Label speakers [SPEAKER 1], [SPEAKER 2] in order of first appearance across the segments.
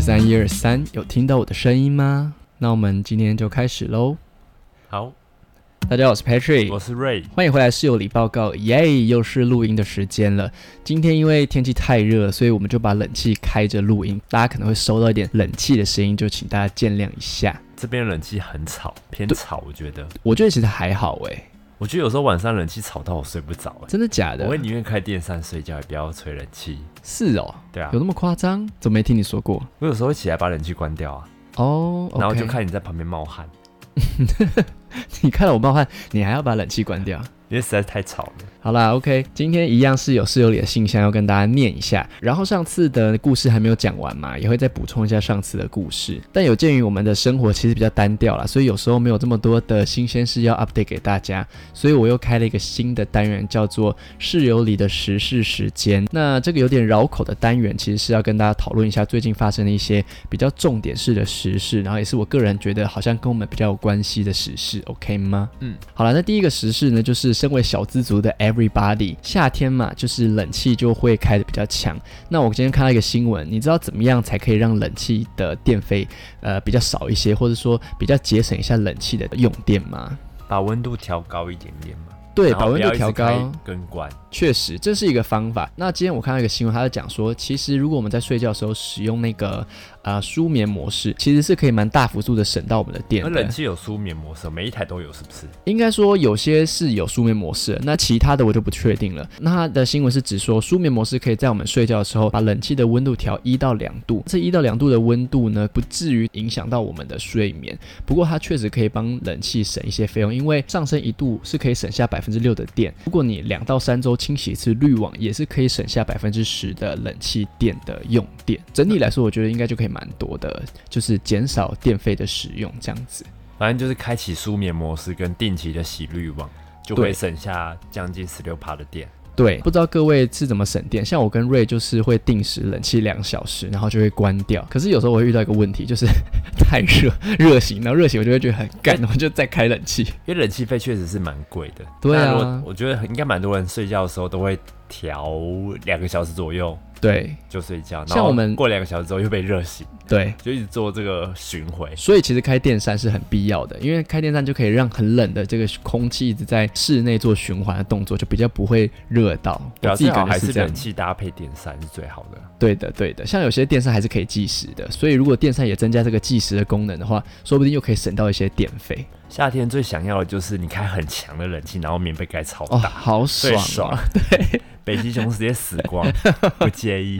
[SPEAKER 1] 三一二三，有听到我的声音吗？那我们今天就开始喽。
[SPEAKER 2] 好，
[SPEAKER 1] 大家好，我是 Patrick，
[SPEAKER 2] 我是 Ray，
[SPEAKER 1] 欢迎回来室友里报告，耶、又是录音的时间了。今天因为天气太热了，所以我们就把冷气开着录音，大家可能会收到一点冷气的声音，就请大家见谅一下。
[SPEAKER 2] 这边冷气很吵，偏
[SPEAKER 1] 对
[SPEAKER 2] 吵，我觉得，
[SPEAKER 1] 我觉得其实还好诶、
[SPEAKER 2] 我觉得有时候晚上冷气吵到我睡不着、欸，
[SPEAKER 1] 真的假
[SPEAKER 2] 我
[SPEAKER 1] 的
[SPEAKER 2] 会？宁愿开电扇睡觉，也不要吹冷气。
[SPEAKER 1] 是哦，
[SPEAKER 2] 对啊
[SPEAKER 1] 有，那么夸张？怎么没听你说过？
[SPEAKER 2] 我有时候会起来把冷气关掉啊，
[SPEAKER 1] 哦、
[SPEAKER 2] 然后就
[SPEAKER 1] OK
[SPEAKER 2] 看你在旁边冒汗，
[SPEAKER 1] 你看了我冒汗，你还要把冷气关掉。
[SPEAKER 2] 因为实在是太吵了。
[SPEAKER 1] 好啦，OK，今天一样是有室友里的信箱要跟大家念一下。然后上次的故事还没有讲完嘛，也会再补充一下上次的故事。但有鉴于我们的生活其实比较单调啦，所以有时候没有这么多的新鲜事要 update 给大家，所以我又开了一个新的单元，叫做室友里的时事时间。那这个有点绕口的单元，其实是要跟大家讨论一下最近发生的一些比较重点式的时事，然后也是我个人觉得好像跟我们比较有关系的时事，OK 吗？好了，那第一个时事呢，就是身为小资族的 everybody，夏天嘛，就是冷气就会开的比较强。那我今天看到一个新闻，你知道怎么样才可以让冷气的电费呃比较少一些，或者说比较节省一下冷气的用电吗？
[SPEAKER 2] 把温度调高一点点嘛，
[SPEAKER 1] 对，
[SPEAKER 2] 然后
[SPEAKER 1] 把温
[SPEAKER 2] 不要
[SPEAKER 1] 度
[SPEAKER 2] 一直
[SPEAKER 1] 调高
[SPEAKER 2] 开，跟关，
[SPEAKER 1] 确实这是一个方法。那今天我看到一个新闻，他在讲说，其实如果我们在睡觉的时候使用那个呃舒眠模式，其实是可以蛮大幅度的省到我们的电
[SPEAKER 2] 那
[SPEAKER 1] 的。
[SPEAKER 2] 冷气有舒眠模式，每一台都有是不是？
[SPEAKER 1] 应该说有些是有舒眠模式的，那其他的我就不确定了。那它的新闻是指说，舒眠模式可以在我们睡觉的时候把冷气的温度调一到两度，这一到两度的温度呢，不至于影响到我们的睡眠。不过它确实可以帮冷气省一些费用，因为上升一度是可以省下百分之六的电。如果你两到三周清洗一次滤网，也是可以省下百分之十的冷气电的用电。整体来说，我觉得应该就可以蛮多的，就是减少电费的使用这样子。
[SPEAKER 2] 反正就是开启舒眠模式跟定期的洗滤网，就
[SPEAKER 1] 对
[SPEAKER 2] 会省下将近十六帕的电。
[SPEAKER 1] 对，不知道各位是怎么省电，像我跟瑞就是会定时冷气两小时，然后就会关掉。可是有时候我会遇到一个问题，就是太热，热醒，然后热醒我就会觉得很
[SPEAKER 2] 哎
[SPEAKER 1] 干，然后就再开冷气。
[SPEAKER 2] 因为冷气费确实是蛮贵的。
[SPEAKER 1] 对啊
[SPEAKER 2] 那如果我觉得应该蛮多人睡觉的时候都会调两个小时左右
[SPEAKER 1] 对
[SPEAKER 2] 就睡觉，
[SPEAKER 1] 像
[SPEAKER 2] 然后
[SPEAKER 1] 我们
[SPEAKER 2] 过两个小时之后又被热醒，
[SPEAKER 1] 对，
[SPEAKER 2] 就一直做这个巡回。
[SPEAKER 1] 所以其实开电扇是很必要的，因为开电扇就可以让很冷的这个空气一直在室内做循环的动作，就比较不会热到。
[SPEAKER 2] 对
[SPEAKER 1] 我
[SPEAKER 2] 啊，
[SPEAKER 1] 自己
[SPEAKER 2] 最
[SPEAKER 1] 感
[SPEAKER 2] 好
[SPEAKER 1] 觉
[SPEAKER 2] 还
[SPEAKER 1] 是
[SPEAKER 2] 是
[SPEAKER 1] 这样
[SPEAKER 2] 冷。气搭配电扇是最好的。
[SPEAKER 1] 对的，对的，像有些电扇还是可以计时的，所以如果电扇也增加这个计时的功能的话，说不定又可以省到一些电费。
[SPEAKER 2] 夏天最想要的就是你开很强的冷气，然后棉被盖超
[SPEAKER 1] 哦，
[SPEAKER 2] 大，
[SPEAKER 1] 好
[SPEAKER 2] 最
[SPEAKER 1] 爽、啊，
[SPEAKER 2] 爽。对，北极熊直接死 光，不介意，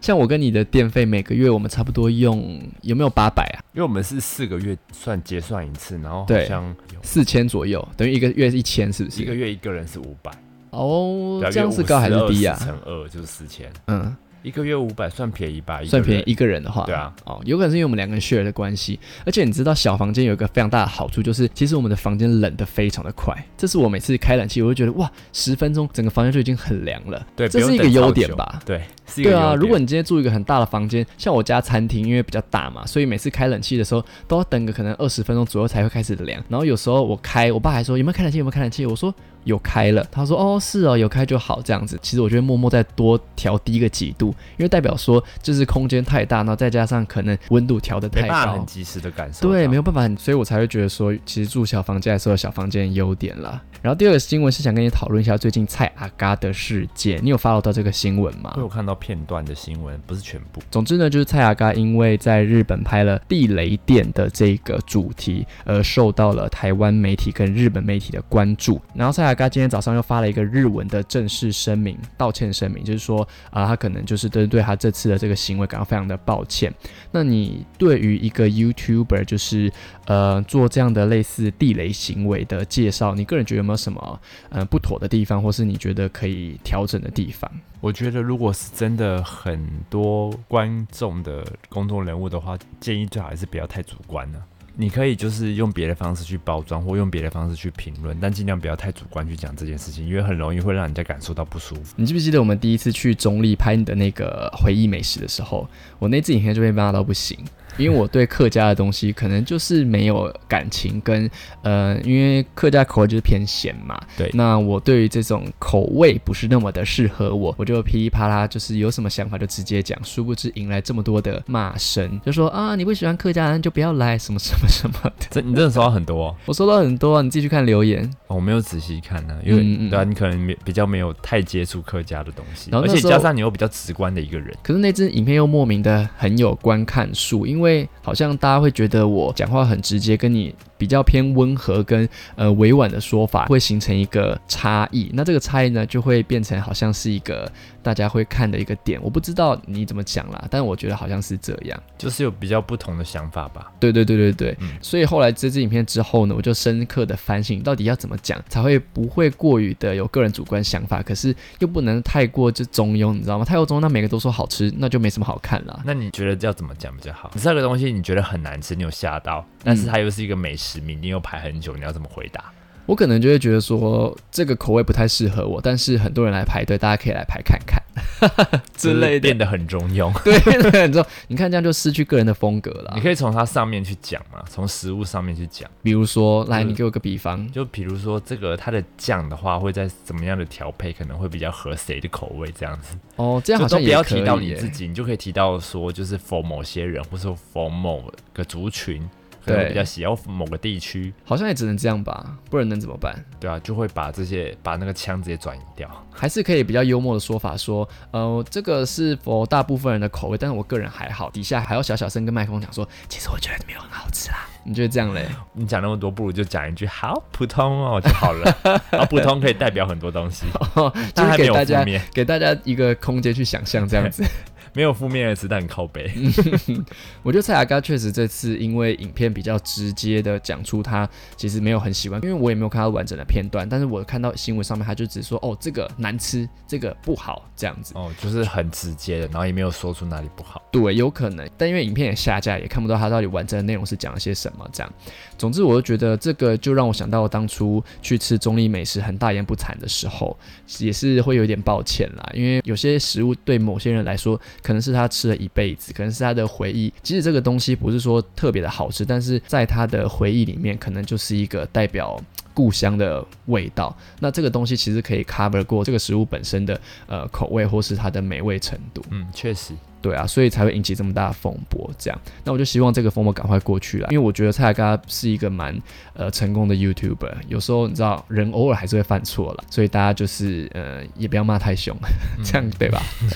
[SPEAKER 1] 像我跟你的电费，每个月我们差不多用有没有八百啊？
[SPEAKER 2] 因为我们是四个月算结算一次，然后好
[SPEAKER 1] 对
[SPEAKER 2] 像有
[SPEAKER 1] 四千左右，等于一个月一千，是不是？
[SPEAKER 2] 一个月一个人是五百，
[SPEAKER 1] 哦
[SPEAKER 2] 对，啊
[SPEAKER 1] 这样是高还是低啊
[SPEAKER 2] 因为？50乘二就是四千。
[SPEAKER 1] 嗯，
[SPEAKER 2] 一个月五百算便宜吧？一个
[SPEAKER 1] 算便宜
[SPEAKER 2] 人。
[SPEAKER 1] 一个人的话，
[SPEAKER 2] 对啊，
[SPEAKER 1] 哦，有可能是因为我们两个人 share 的关系，而且你知道小房间有一个非常大的好处，就是其实我们的房间冷得非常的快，这是我每次开冷气，我就觉得哇，十分钟整个房间就已经很凉了，
[SPEAKER 2] 对，
[SPEAKER 1] 这
[SPEAKER 2] 不
[SPEAKER 1] 是
[SPEAKER 2] 用
[SPEAKER 1] 一个
[SPEAKER 2] 等
[SPEAKER 1] 优
[SPEAKER 2] 超
[SPEAKER 1] 点
[SPEAKER 2] 久
[SPEAKER 1] 吧？
[SPEAKER 2] 对，是一个
[SPEAKER 1] 对
[SPEAKER 2] 优
[SPEAKER 1] 啊，
[SPEAKER 2] 点
[SPEAKER 1] 如果你今天住一个很大的房间，像我家餐厅因为比较大嘛，所以每次开冷气的时候都要等个可能二十分钟左右才会开始凉。然后有时候我开，我爸还说有没有开冷气，有没有开冷气？我说有开了，他说哦是哦，有开就好这样子。其实我就会默默再多调低个几度，因为代表说就是空间太大，然后再加上可能温度调的
[SPEAKER 2] 没
[SPEAKER 1] 太
[SPEAKER 2] 办法
[SPEAKER 1] 高
[SPEAKER 2] 很。及时的感受到，
[SPEAKER 1] 对，没有办法，所以我才会觉得说，其实住小房间还是有小房间的优点啦。然后第二个新闻是想跟你讨论一下最近蔡阿嘎的事件，你有 follow 到这个新闻吗？
[SPEAKER 2] 我有看到片段的新闻，不是全部。
[SPEAKER 1] 总之呢，就是蔡雅嘎因为在日本拍了《地雷电》的这个主题，而受到了台湾媒体跟日本媒体的关注。然后蔡雅嘎今天早上又发了一个日文的正式声明，道歉声明，就是说啊、他可能就是针对他这次的这个行为感到非常的抱歉。那你对于一个 YouTuber 就是呃做这样的类似地雷行为的介绍，你个人觉得有没有什么呃不妥的地方，或是你觉得可以调整的地方？
[SPEAKER 2] 我觉得如果是真的很多观众的公众人物的话，建议最好还是不要太主观了、你可以就是用别的方式去包装，或用别的方式去评论，但尽量不要太主观去讲这件事情，因为很容易会让人家感受到不舒 服。
[SPEAKER 1] 你记不记得我们第一次去中立拍你的那个回忆美食的时候，我那支影片就被骂到不行，因为我对客家的东西可能就是没有感情跟呃，因为客家口味就是偏咸嘛，
[SPEAKER 2] 对
[SPEAKER 1] 那我对于这种口味不是那么的适合我，我就噼里啪啦，就是有什么想法就直接讲，殊不知迎来这么多的骂声，就说啊你不喜欢客家人就不要来，什么什么什么的，
[SPEAKER 2] 这你真的收到很多、哦
[SPEAKER 1] 我收到很多、啊，你自己去看留言，
[SPEAKER 2] 哦我没有仔细看呢、因为、
[SPEAKER 1] 嗯嗯嗯
[SPEAKER 2] 对啊，你可能没比较没有太接触客家的东西，
[SPEAKER 1] 然后
[SPEAKER 2] 而
[SPEAKER 1] 那
[SPEAKER 2] 且
[SPEAKER 1] 时候
[SPEAKER 2] 加上你又比较直观的一个人，
[SPEAKER 1] 可是那支影片又莫名的很有观看数，因为好像大家会觉得我讲话很直接，跟你比较偏温和跟呃委婉的说法会形成一个差异。那这个差异呢，就会变成好像是一个大家会看的一个点。我不知道你怎么讲啦，但我觉得好像是这样。
[SPEAKER 2] 就是有比较不同的想法吧。
[SPEAKER 1] 对对对对对，
[SPEAKER 2] 嗯
[SPEAKER 1] 所以后来这支影片之后呢，我就深刻的反省，到底要怎么讲才会不会过于的有个人主观想法，可是又不能太过就中庸，你知道吗？太过中庸，那每个都说好吃，那就没什么好看啦。
[SPEAKER 2] 那你觉得要怎么讲比较好？你这个东西你觉得很难吃，你有吓到，但是它又是一个美食名店，又排很久，你要怎么回答？
[SPEAKER 1] 我可能就会觉得说这个口味不太适合我，但是很多人来排队，大家可以来排看看 之类的啊
[SPEAKER 2] 变。得很中庸。
[SPEAKER 1] 对，你知道，你看这样就失去个人的风格了
[SPEAKER 2] 你。可以从它上面去讲嘛，从食物上面去讲。
[SPEAKER 1] 比如说，来，
[SPEAKER 2] 嗯
[SPEAKER 1] 你给我个比方，
[SPEAKER 2] 就比如说这个它的酱的话，会在怎么样的调配，可能会比较合谁的口味这样子。
[SPEAKER 1] 哦，这样
[SPEAKER 2] 就
[SPEAKER 1] 好
[SPEAKER 2] 都
[SPEAKER 1] 像
[SPEAKER 2] 不
[SPEAKER 1] 也
[SPEAKER 2] 要
[SPEAKER 1] 可以
[SPEAKER 2] 提到你
[SPEAKER 1] 耶
[SPEAKER 2] 自己，你就可以提到说，就是否某些人，或是否某个族群，可能
[SPEAKER 1] 对
[SPEAKER 2] 会比较喜欢某个地区，
[SPEAKER 1] 好像也只能这样吧，不然能怎么办？
[SPEAKER 2] 对啊，就会把这些把那个枪直接转移掉。
[SPEAKER 1] 还是可以比较幽默的说法说，呃，这个是否大部分人的口味，但是我个人还好。底下还要小小声跟麦克风讲说，其实我觉得没有很好吃啦。你觉得这样 嘞？
[SPEAKER 2] 你讲那么多，不如就讲一句“好普通哦”就好了。 然后普通可以代表很多东西，
[SPEAKER 1] 哦就
[SPEAKER 2] 但
[SPEAKER 1] 是
[SPEAKER 2] 还没
[SPEAKER 1] 给
[SPEAKER 2] 有
[SPEAKER 1] 大
[SPEAKER 2] 负
[SPEAKER 1] 家
[SPEAKER 2] 面，
[SPEAKER 1] 给大家一个空间去想象这样子。
[SPEAKER 2] 没有负面的词，但很靠背。
[SPEAKER 1] 嗯我觉得蔡雅嘎确实这次因为影片比较直接的讲出他其实没有很喜欢，因为我也没有看到完整的片段，但是我看到新闻上面他就只说哦这个难吃，这个不好这样子。
[SPEAKER 2] 哦，就是很直接的，然后也没有说出哪里不好。
[SPEAKER 1] 对，有可能，但因为影片也下架，也看不到他到底完整的内容是讲了些什么这样。总之，我就觉得这个就让我想到我当初去吃中立美食很大言不惭的时候，也是会有点抱歉啦，因为有些食物对某些人来说，可能是他吃了一辈子，可能是他的回忆。即使这个东西不是说特别的好吃，但是在他的回忆里面，可能就是一个代表故乡的味道。那这个东西其实可以 cover 过这个食物本身的呃口味或是它的美味程度。
[SPEAKER 2] 嗯，确实，
[SPEAKER 1] 对啊，所以才会引起这么大的风波。这样，那我就希望这个风波赶快过去了，因为我觉得蔡雅嘎是一个蛮呃成功的 YouTuber。有时候你知道，人偶尔还是会犯错了，所以大家就是呃也不要骂太凶， 这样对吧？
[SPEAKER 2] 嗯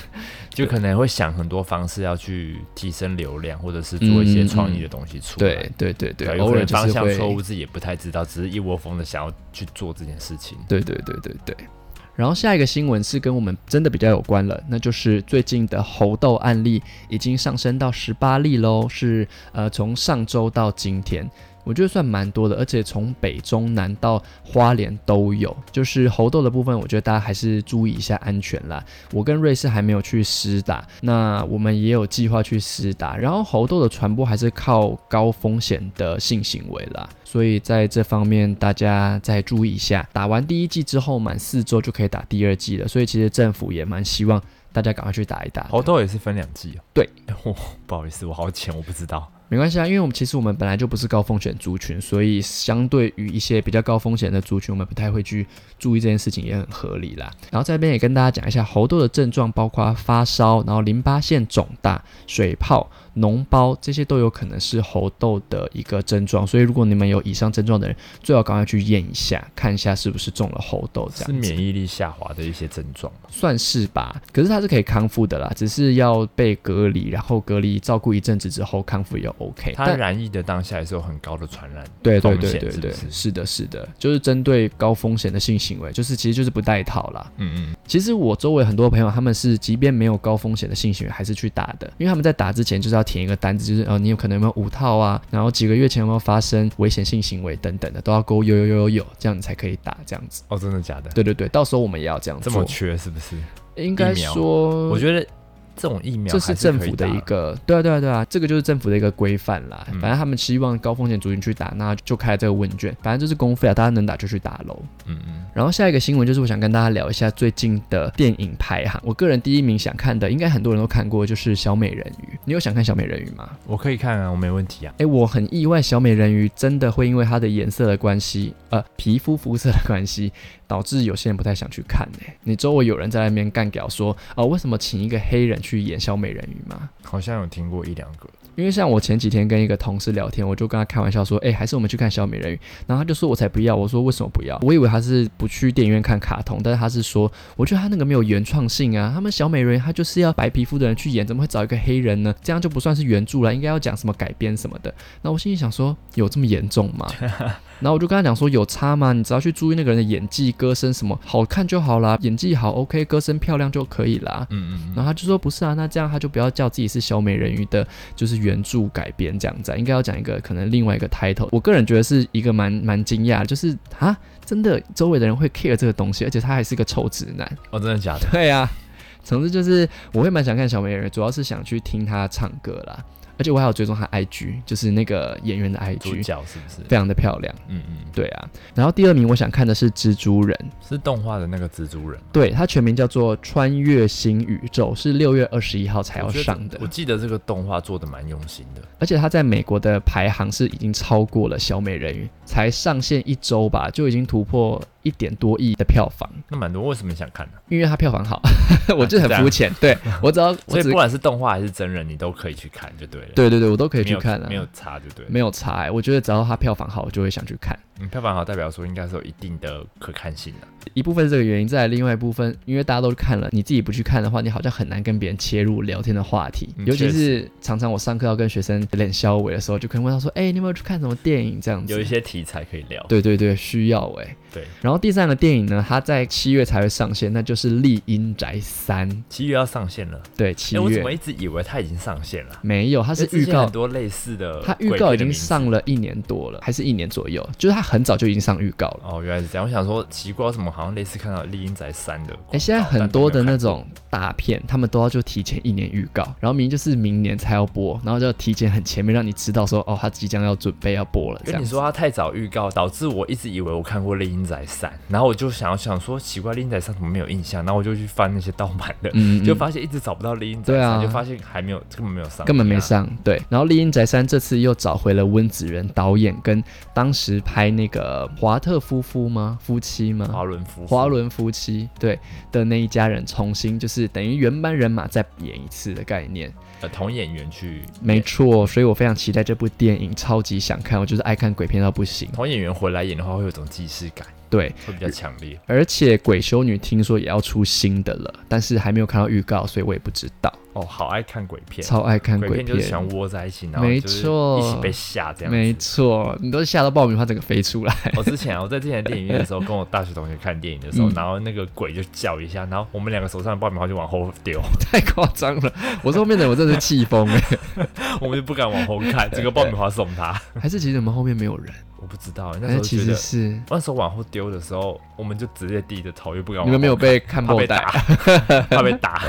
[SPEAKER 2] 就可能会想很多方式要去提升流量，或者是做一些创意的东西出来。
[SPEAKER 1] 对对对
[SPEAKER 2] 对，啊
[SPEAKER 1] 对，
[SPEAKER 2] 有
[SPEAKER 1] 偶
[SPEAKER 2] 可
[SPEAKER 1] 尔
[SPEAKER 2] 能
[SPEAKER 1] 就
[SPEAKER 2] 方
[SPEAKER 1] 是
[SPEAKER 2] 向错
[SPEAKER 1] 会
[SPEAKER 2] 误，，自己也不太知道，只是一窝蜂的想要去做这件事情。
[SPEAKER 1] 对对对对对。然后下一个新闻是跟我们真的比较有关了，那就是最近的猴痘案例已经上升到十八例喽，是呃从上周到今天，我觉得算蛮多的，而且从北中南到花莲都有。就是猴痘的部分，我觉得大家还是注意一下安全啦。我跟瑞士还没有去施打，那我们也有计划去施打。然后猴痘的传播还是靠高风险的性行为啦，所以在这方面大家再注意一下。打完第一剂之后，满四周就可以打第二剂了，所以其实政府也蛮希望大家赶快去打一打的。
[SPEAKER 2] 猴痘也是分两 季哦。
[SPEAKER 1] 对
[SPEAKER 2] 哎，我不好意思，我好浅，我不知道。
[SPEAKER 1] 没关系啊，因为我们其实我们本来就不是高风险族群，所以相对于一些比较高风险的族群，我们不太会去注意这件事情，也很合理啦。然后在这边也跟大家讲一下猴痘的症状，包括发烧，然后淋巴腺肿大、水泡、脓包，这些都有可能是猴痘的一个症状。所以如果你们有以上症状的人，最好赶快去验一下，看一下是不是中了猴痘这样
[SPEAKER 2] 是
[SPEAKER 1] 子。
[SPEAKER 2] 免疫力下滑的一些症状嘛？
[SPEAKER 1] 算是吧，可是它是可以康复的啦，只是要被隔离，然后隔离照顾一阵子之后康复也 OK 但。
[SPEAKER 2] 它染疫的当下也是有很高的传染。
[SPEAKER 1] 对对
[SPEAKER 2] 风
[SPEAKER 1] 对
[SPEAKER 2] 险
[SPEAKER 1] 对
[SPEAKER 2] 是不
[SPEAKER 1] 对，
[SPEAKER 2] 是
[SPEAKER 1] 的，是的，就是针对高风险的性行为，就是其实就是不带套啦。
[SPEAKER 2] 嗯嗯，
[SPEAKER 1] 其实我周围很多朋友，他们是即便没有高风险的性行为，还是去打的，因为他们在打之前就是要填一个单子，就是呃你有可能有没有五套啊，然后几个月前有没有发生危险性行为等等的，都要勾有有有有有，这样你才可以打这样子。
[SPEAKER 2] 哦，真的假的？
[SPEAKER 1] 对对对，到时候我们也要这样
[SPEAKER 2] 这
[SPEAKER 1] 做。
[SPEAKER 2] 么缺是不是？
[SPEAKER 1] 应该
[SPEAKER 2] 疫苗
[SPEAKER 1] 说，
[SPEAKER 2] 我觉得这种疫苗
[SPEAKER 1] 这
[SPEAKER 2] 还
[SPEAKER 1] 是
[SPEAKER 2] 是
[SPEAKER 1] 政
[SPEAKER 2] 可以
[SPEAKER 1] 府的
[SPEAKER 2] 打
[SPEAKER 1] 一个，对啊，对啊，对啊，这个就是政府的一个规范啦。
[SPEAKER 2] 嗯
[SPEAKER 1] 反正他们希望高风险族群去打，那就开这个问卷，反正就是公费啊，大家能打就去打喽。
[SPEAKER 2] 嗯嗯，
[SPEAKER 1] 然后下一个新闻就是我想跟大家聊一下最近的电影排行。我个人第一名想看的，应该很多人都看过，就是《小美人鱼》。你有想看《小美人鱼》吗？
[SPEAKER 2] 我可以看啊，我没问题啊。
[SPEAKER 1] 诶，我很意外，小美人鱼真的会因为它的颜色的关系，呃，皮肤肤色的关系，导致有些人不太想去看呢、你周围有人在那边干屌说，哦，为什么请一个黑人去演小美人鱼吗？
[SPEAKER 2] 好像有听过一两个，
[SPEAKER 1] 因为像我前几天跟一个同事聊天，我就跟他开玩笑说，哎诶，还是我们去看小美人鱼。然后他就说，我才不要。我说为什么不要？我以为他是不去电影院看卡通，但是他是说，我觉得他那个没有原创性啊。他们小美人鱼他就是要白皮肤的人去演，怎么会找一个黑人呢？这样就不算是原著了，应该要讲什么改编什么的。那我心里想说，有这么严重吗？然后我就跟他讲说，有差吗？你只要去注意那个人的演技、歌声什么，好看就好啦，演技好 OK，歌声漂亮就可以啦。
[SPEAKER 2] 嗯嗯
[SPEAKER 1] 然后他就说不是啊，那这样他就不要叫自己是小美人鱼的，就是原著改编这样子、啊，应该要讲一个可能另外一个 title。我个人觉得是一个蛮蛮惊讶，就是啊，真的周围的人会 care 这个东西，而且他还是个臭直男。
[SPEAKER 2] 嗯，哦，真的假的？
[SPEAKER 1] 对啊，总之就是我会蛮想看小美人鱼，主要是想去听他唱歌啦，而且我还有追踪他 IG，就是那个演员的
[SPEAKER 2] 主
[SPEAKER 1] IG，
[SPEAKER 2] 角是不是？
[SPEAKER 1] 非常的漂亮。
[SPEAKER 2] 嗯嗯，
[SPEAKER 1] 对啊，然后第二名我想看的是蜘蛛人，
[SPEAKER 2] 是动画的那个蜘蛛人。
[SPEAKER 1] 对，它全名叫做《穿越新宇宙》，是六月二十一号才要
[SPEAKER 2] 我觉得
[SPEAKER 1] 上的
[SPEAKER 2] 我。记得这个动画做的蛮用心的，
[SPEAKER 1] 而且它在美国的排行是已经超过了《小美人鱼》，才上线一周吧，就已经突破一点多亿的票房，
[SPEAKER 2] 那蛮多。为什么想看啊呢、
[SPEAKER 1] 因为它票房好， 我就很
[SPEAKER 2] 这样
[SPEAKER 1] 肤 浅，对我只要
[SPEAKER 2] 所
[SPEAKER 1] 我
[SPEAKER 2] 以
[SPEAKER 1] 只
[SPEAKER 2] 不管是动画还是真人，你都可以去看，就对了。，
[SPEAKER 1] 对对对，我都可
[SPEAKER 2] 可
[SPEAKER 1] 以去看啊，
[SPEAKER 2] 没有差就对了。
[SPEAKER 1] 没有差、欸，我觉得只要它票房好，我就会想去看。
[SPEAKER 2] 嗯，票房好代表说应该是有一定的可看性的、
[SPEAKER 1] 一部分是这个原因，再来另外一部分，因为大家都看了，你自己不去看的话，你好像很难跟别人切入聊天的话题。
[SPEAKER 2] 嗯
[SPEAKER 1] 尤其
[SPEAKER 2] 确实
[SPEAKER 1] 是常常我上课要跟学生脸消委的时候，就可能问他说：“哎、你有没有去看什么电影？”这样子。
[SPEAKER 2] 有一些题材可以聊。
[SPEAKER 1] 对对对，需要哎、
[SPEAKER 2] 对，
[SPEAKER 1] 然后第三个电影呢，它在七月才会上线，那就是《丽英宅三》。
[SPEAKER 2] 七月要上线了。
[SPEAKER 1] 对，七
[SPEAKER 2] 哎、我怎
[SPEAKER 1] 月、
[SPEAKER 2] 么一直以为它已经上线了？
[SPEAKER 1] 没有，它是
[SPEAKER 2] 因为
[SPEAKER 1] 预
[SPEAKER 2] 之前
[SPEAKER 1] 告
[SPEAKER 2] 很，多类似的，
[SPEAKER 1] 它预告已经。上了一年多了，还是一年左右，就是它很早就已经上预告了。
[SPEAKER 2] 哦，原来是这样。我想说，奇怪，为什么好像类似看到《丽英宅三》的广告？
[SPEAKER 1] 哎，现在
[SPEAKER 2] 但
[SPEAKER 1] 很
[SPEAKER 2] 都
[SPEAKER 1] 多的
[SPEAKER 2] 没有
[SPEAKER 1] 那
[SPEAKER 2] 看
[SPEAKER 1] 种大片，他们都要就提前一年预告，然后明明就是明年才要播，然后就要提前很前面让你知道说，哦，它即将要准备要播了。这
[SPEAKER 2] 跟
[SPEAKER 1] 样
[SPEAKER 2] 你
[SPEAKER 1] 子
[SPEAKER 2] 说，它太早预告，导致我一直以为我看过《猎鹰仔三》，然后我就想要想说，奇怪，《猎鹰仔三》怎么没有印象？然后我就去翻那些盗版的，
[SPEAKER 1] 嗯嗯嗯
[SPEAKER 2] 就发现一直找不到《猎鹰仔
[SPEAKER 1] 对
[SPEAKER 2] 三
[SPEAKER 1] 啊》，
[SPEAKER 2] 就发现还没有，根本没有上，
[SPEAKER 1] 根本没。上对，然后《丽英宅三》这次又找回了温子仁导演跟当时拍那个华特夫妇吗？夫妻吗？
[SPEAKER 2] 华伦夫妇，
[SPEAKER 1] 华伦夫妻对的那一家人重新就是等于原班人马再演一次的概念，
[SPEAKER 2] 呃同演员去，
[SPEAKER 1] 没错，所以我非常期待这部电影，超级想看，我就是爱看鬼片到不行。哦
[SPEAKER 2] 同演员回来演的话，会有种既视感，
[SPEAKER 1] 对，
[SPEAKER 2] 会比较强烈。
[SPEAKER 1] 而且鬼修女听说也要出新的了，但是还没有看到预告，所以我也不知道。
[SPEAKER 2] 哦，好爱看鬼片，
[SPEAKER 1] 超爱看
[SPEAKER 2] 鬼
[SPEAKER 1] 鬼
[SPEAKER 2] 片就是喜欢窝在一起，然后
[SPEAKER 1] 没
[SPEAKER 2] 就是
[SPEAKER 1] 错
[SPEAKER 2] 一起被吓这样
[SPEAKER 1] 没
[SPEAKER 2] 子。
[SPEAKER 1] 错，你都吓到爆米花整个飞出来。
[SPEAKER 2] 我之前啊我在之前的电影院的时候，跟我大学同学看电影的时候，
[SPEAKER 1] 嗯
[SPEAKER 2] 然后那个鬼就叫一下，然后我们两个手上的爆米花就往后 丢，
[SPEAKER 1] 太夸张了！我说后面的人我真的是气疯 哎，
[SPEAKER 2] 我们就不敢往后看，整个爆米花送他。
[SPEAKER 1] 还是其实我们后面没有人，
[SPEAKER 2] 我不知道，那时
[SPEAKER 1] 哎，
[SPEAKER 2] 候
[SPEAKER 1] 其
[SPEAKER 2] 觉
[SPEAKER 1] 实
[SPEAKER 2] 得，
[SPEAKER 1] 是
[SPEAKER 2] 那时候往后丢的时候，我们就直接低着头，又不敢往后看。
[SPEAKER 1] 你们没有被看
[SPEAKER 2] 怕
[SPEAKER 1] 爆
[SPEAKER 2] 被
[SPEAKER 1] 带。
[SPEAKER 2] 打， 怕被打。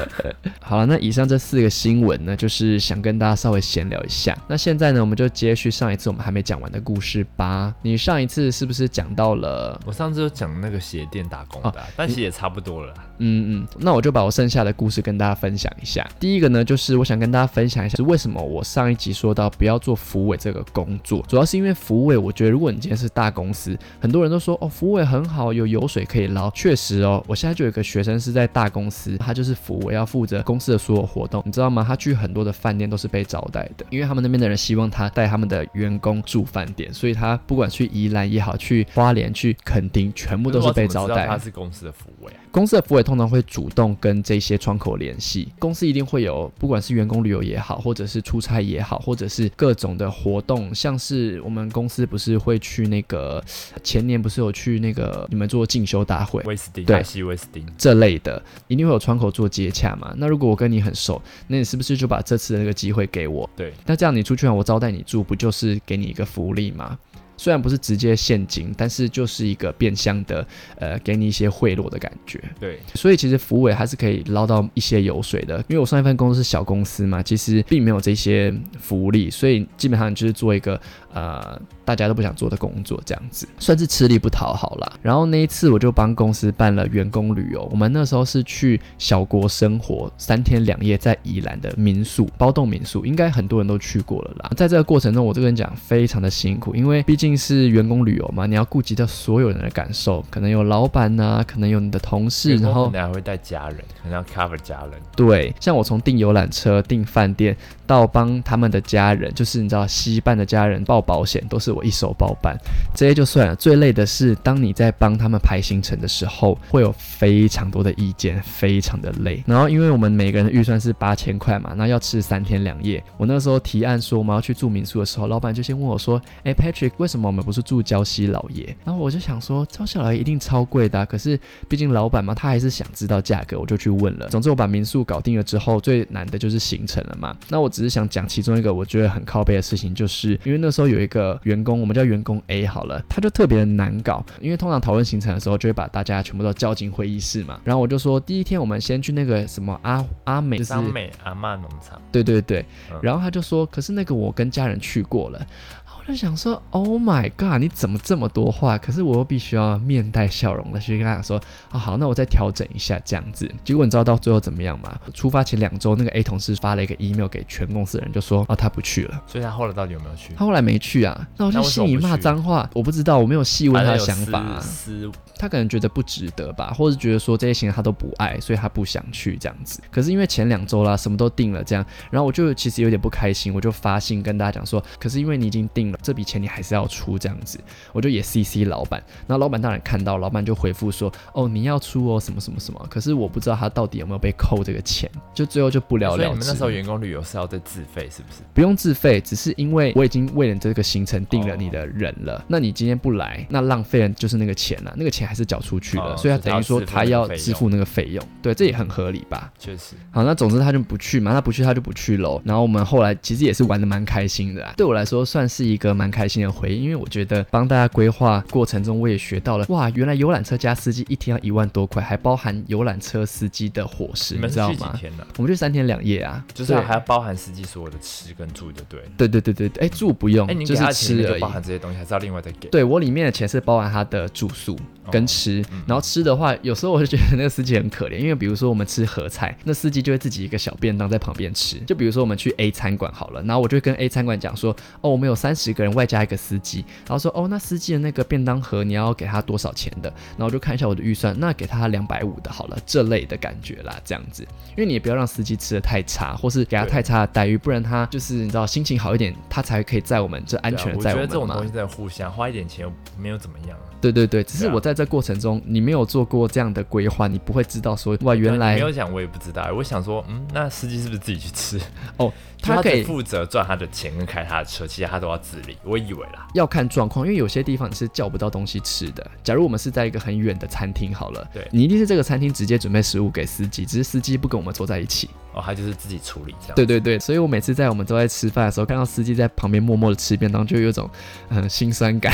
[SPEAKER 1] 好了，那以上这四个新闻呢，就是想跟大家稍微闲聊一下。那现在呢，我们就接续上一次我们还没讲完的故事吧。你上一次是不是讲到了？
[SPEAKER 2] 我上次有讲那个鞋店打工的啊，
[SPEAKER 1] 哦
[SPEAKER 2] 但其实也差不多了啦。
[SPEAKER 1] 嗯嗯，那我就把我剩下的故事跟大家分享一下。第一个呢，就是我想跟大家分享一下，是为什么我上一集说到不要做服委这个工作，主要是因为服委，我觉得如果你今天是大公司，很多人都说哦，服委很好，有油水可以捞。确实哦，我现在就有一个学生是在大公司，他就是服委，要负责公司的所有活动，你知道吗？他去很多的饭店都是被招待的，因为他们那边的人希望他带他们的员工住饭店，所以他不管去宜兰也好，去花莲、去垦丁，全部都是被招
[SPEAKER 2] 可我怎么
[SPEAKER 1] 待
[SPEAKER 2] 知道。他是公司的服务哎，
[SPEAKER 1] 公司的服委通常会主动跟这些窗口联系，公司一定会有，不管是员工旅游也好，或者是出差也好，或者是各种的活动，像是我们公司不是会去那个前年不是有去那个你们做进修大会。
[SPEAKER 2] 威斯汀，
[SPEAKER 1] 对
[SPEAKER 2] 泰西威斯汀。
[SPEAKER 1] 这类的一定会有窗口做接洽嘛？那如果我跟你很熟，那你是不是就把这次的那个机会给我？
[SPEAKER 2] 对，
[SPEAKER 1] 那这样你出去玩，我招待你住，不就是给你一个福利吗？虽然不是直接现金，但是就是一个变相的呃给你一些贿赂的感觉。
[SPEAKER 2] 对，
[SPEAKER 1] 所以其实服委它是可以捞到一些油水的，因为我上一份工作是小公司嘛，其实并没有这些福利，所以基本上就是做一个呃大家都不想做的工作，这样子算是吃力不讨好啦。然后那一次我就帮公司办了员工旅游，我们那时候是去小国生活三天两夜，在宜兰的民宿包栋民宿，应该很多人都去过了啦。在这个过程中，我这个人讲非常的辛苦，因为毕竟是员工旅游嘛，你要顾及到所有人的感受，可能有老板呐、可能有你的同事，然后
[SPEAKER 2] 可能还会带家人，可能要 cover 家人，
[SPEAKER 1] 对，像我从订游览车、订饭店到帮他们的家人，就是你知道西办的家人报保险，都是我一手包办。这些就算了，最累的是当你在帮他们排行程的时候，会有非常多的意见，非常的累。然后因为我们每个人的预算是八千块嘛，那要吃三天两夜。我那时候提案说我们要去住民宿的时候，老板就先问我说：“哎，Patrick，为什么我们不是住礁溪老爷？”然后我就想说，礁溪老爷一定超贵的啊、可是毕竟老板嘛，他还是想知道价格，我就去问了。总之我把民宿搞定了之后，最难的就是行程了嘛。那我只是想讲其中一个我觉得很靠背的事情，就是因为那时候有一个员工，我们叫员工 A 好了，他就特别的难搞，因为通常讨论行程的时候，就会把大家全部都叫进会议室嘛。然后我就说，第一天我们先去那个什么阿阿美，就是
[SPEAKER 2] 商美阿嬷农场，
[SPEAKER 1] 对对对
[SPEAKER 2] 嗯，
[SPEAKER 1] 然后他就说，可是那个我跟家人去过了。然后我就想说，Oh my god！你怎么这么多话？可是我又必须要面带笑容的去跟他讲说，啊、好，那我再调整一下这样子。结果你知道到最后怎么样吗？出发前两周，那个 A 同事发了一个 email 给全公司的人，就说，哦，他不去了，
[SPEAKER 2] 所以他后来到底有没有去？
[SPEAKER 1] 他后来没去啊。那我就
[SPEAKER 2] 那为什
[SPEAKER 1] 心
[SPEAKER 2] 么
[SPEAKER 1] 里
[SPEAKER 2] 不
[SPEAKER 1] 骂
[SPEAKER 2] 去
[SPEAKER 1] 脏话，我不知道，我没有细问他
[SPEAKER 2] 反正
[SPEAKER 1] 的
[SPEAKER 2] 有
[SPEAKER 1] 想法、啊。
[SPEAKER 2] 私私
[SPEAKER 1] 他可能觉得不值得吧，或是觉得说这些行程他都不爱，所以他不想去这样子。可是因为前两周啦，什么都定了这样，然后我就其实有点不开心，我就发信跟大家讲说，可是因为你已经定了，这笔钱你还是要出这样子。我就也 CC 老板，那老板当然看到，老板就回复说，哦，你要出哦，什么什么什么。可是我不知道他到底有没有被扣这个钱，就最后就不了
[SPEAKER 2] 所以
[SPEAKER 1] 了
[SPEAKER 2] 你们那
[SPEAKER 1] 之
[SPEAKER 2] 时。候员工旅游是要在自费，是不是？
[SPEAKER 1] 不用自费，只是因为我已经为了这个行程定了
[SPEAKER 2] 哦
[SPEAKER 1] 你的人了。那你今天不来，那浪费了就是那个钱啊了、那个钱还是缴出去了，
[SPEAKER 2] 哦
[SPEAKER 1] 所以他
[SPEAKER 2] 就是他
[SPEAKER 1] 等于说
[SPEAKER 2] 要支付
[SPEAKER 1] 他
[SPEAKER 2] 那个
[SPEAKER 1] 要
[SPEAKER 2] 费
[SPEAKER 1] 支
[SPEAKER 2] 用
[SPEAKER 1] 付那个费用，对，这也很合理吧？
[SPEAKER 2] 确实，
[SPEAKER 1] 好，那总之他就不去嘛，他不去他就不去喽。然后我们后来其实也是玩的蛮开心的啦，啊对我来说算是一个蛮开心的回忆，因为我觉得帮大家规划过程中，我也学到了，哇，原来游览车加司机一天要一万多块，还包含游览车司机的伙食，
[SPEAKER 2] 你
[SPEAKER 1] 你
[SPEAKER 2] 们
[SPEAKER 1] 知
[SPEAKER 2] 是
[SPEAKER 1] 道
[SPEAKER 2] 去几
[SPEAKER 1] 吗？
[SPEAKER 2] 天呢、
[SPEAKER 1] 我们就三天两夜啊，
[SPEAKER 2] 就是
[SPEAKER 1] 对
[SPEAKER 2] 还要包含司机所有的吃跟住就对了。
[SPEAKER 1] 对对对对对，哎、住不用，
[SPEAKER 2] 哎、你
[SPEAKER 1] 就
[SPEAKER 2] 给
[SPEAKER 1] 是
[SPEAKER 2] 他钱里
[SPEAKER 1] 吃
[SPEAKER 2] 面
[SPEAKER 1] 而
[SPEAKER 2] 就
[SPEAKER 1] 已
[SPEAKER 2] 包。含这些东西，还是要另外再给？
[SPEAKER 1] 对啊我里面的钱是包含他的住宿跟吃，
[SPEAKER 2] 嗯
[SPEAKER 1] 然后吃的话，有时候我就觉得那个司机很可怜，因为比如说我们吃合菜，那司机就会自己一个小便当在旁边吃。就比如说我们去 A 餐馆好了，然后我就会跟 A 餐馆讲说，哦，我们有三十个人外加一个司机，然后说，哦，那司机的那个便当盒你要给他多少钱的？然后我就看一下我的预算，那给他两百五的好了，这类的感觉啦，这样子，因为你也不要让司机吃的太差，或是给他
[SPEAKER 2] 对
[SPEAKER 1] 太差的待遇，不然他就是你知道心情好一点，他才可以在我们这安
[SPEAKER 2] 对啊
[SPEAKER 1] 全的
[SPEAKER 2] 我
[SPEAKER 1] 在
[SPEAKER 2] 觉得这
[SPEAKER 1] 们
[SPEAKER 2] 种
[SPEAKER 1] 嘛
[SPEAKER 2] 东西。真的互相花一点钱又没有怎么样啊、
[SPEAKER 1] 对对对，只是
[SPEAKER 2] 对啊
[SPEAKER 1] 我在这过程中，你没有做过这样的规划，你不会知道说哇，
[SPEAKER 2] 对啊
[SPEAKER 1] 原
[SPEAKER 2] 你
[SPEAKER 1] 来
[SPEAKER 2] 没有讲，我也不知道、我想说，嗯，那司机是不是自己去吃？
[SPEAKER 1] 哦，
[SPEAKER 2] 就
[SPEAKER 1] 他可
[SPEAKER 2] 只
[SPEAKER 1] 以
[SPEAKER 2] 负责赚他的钱跟开他的车，其他他都要自理。我以为啦，
[SPEAKER 1] 要看状况，因为有些地方你是叫不到东西吃的。假如我们是在一个很远的餐厅好了，
[SPEAKER 2] 对
[SPEAKER 1] 你一定是这个餐厅直接准备食物给司机，只是司机不跟我们坐在一起。
[SPEAKER 2] 哦，他就是自己处理这样。
[SPEAKER 1] 对对对，所以我每次在我们都在吃饭的时候，看到司机在旁边默默的吃便当，就有一种嗯心酸感，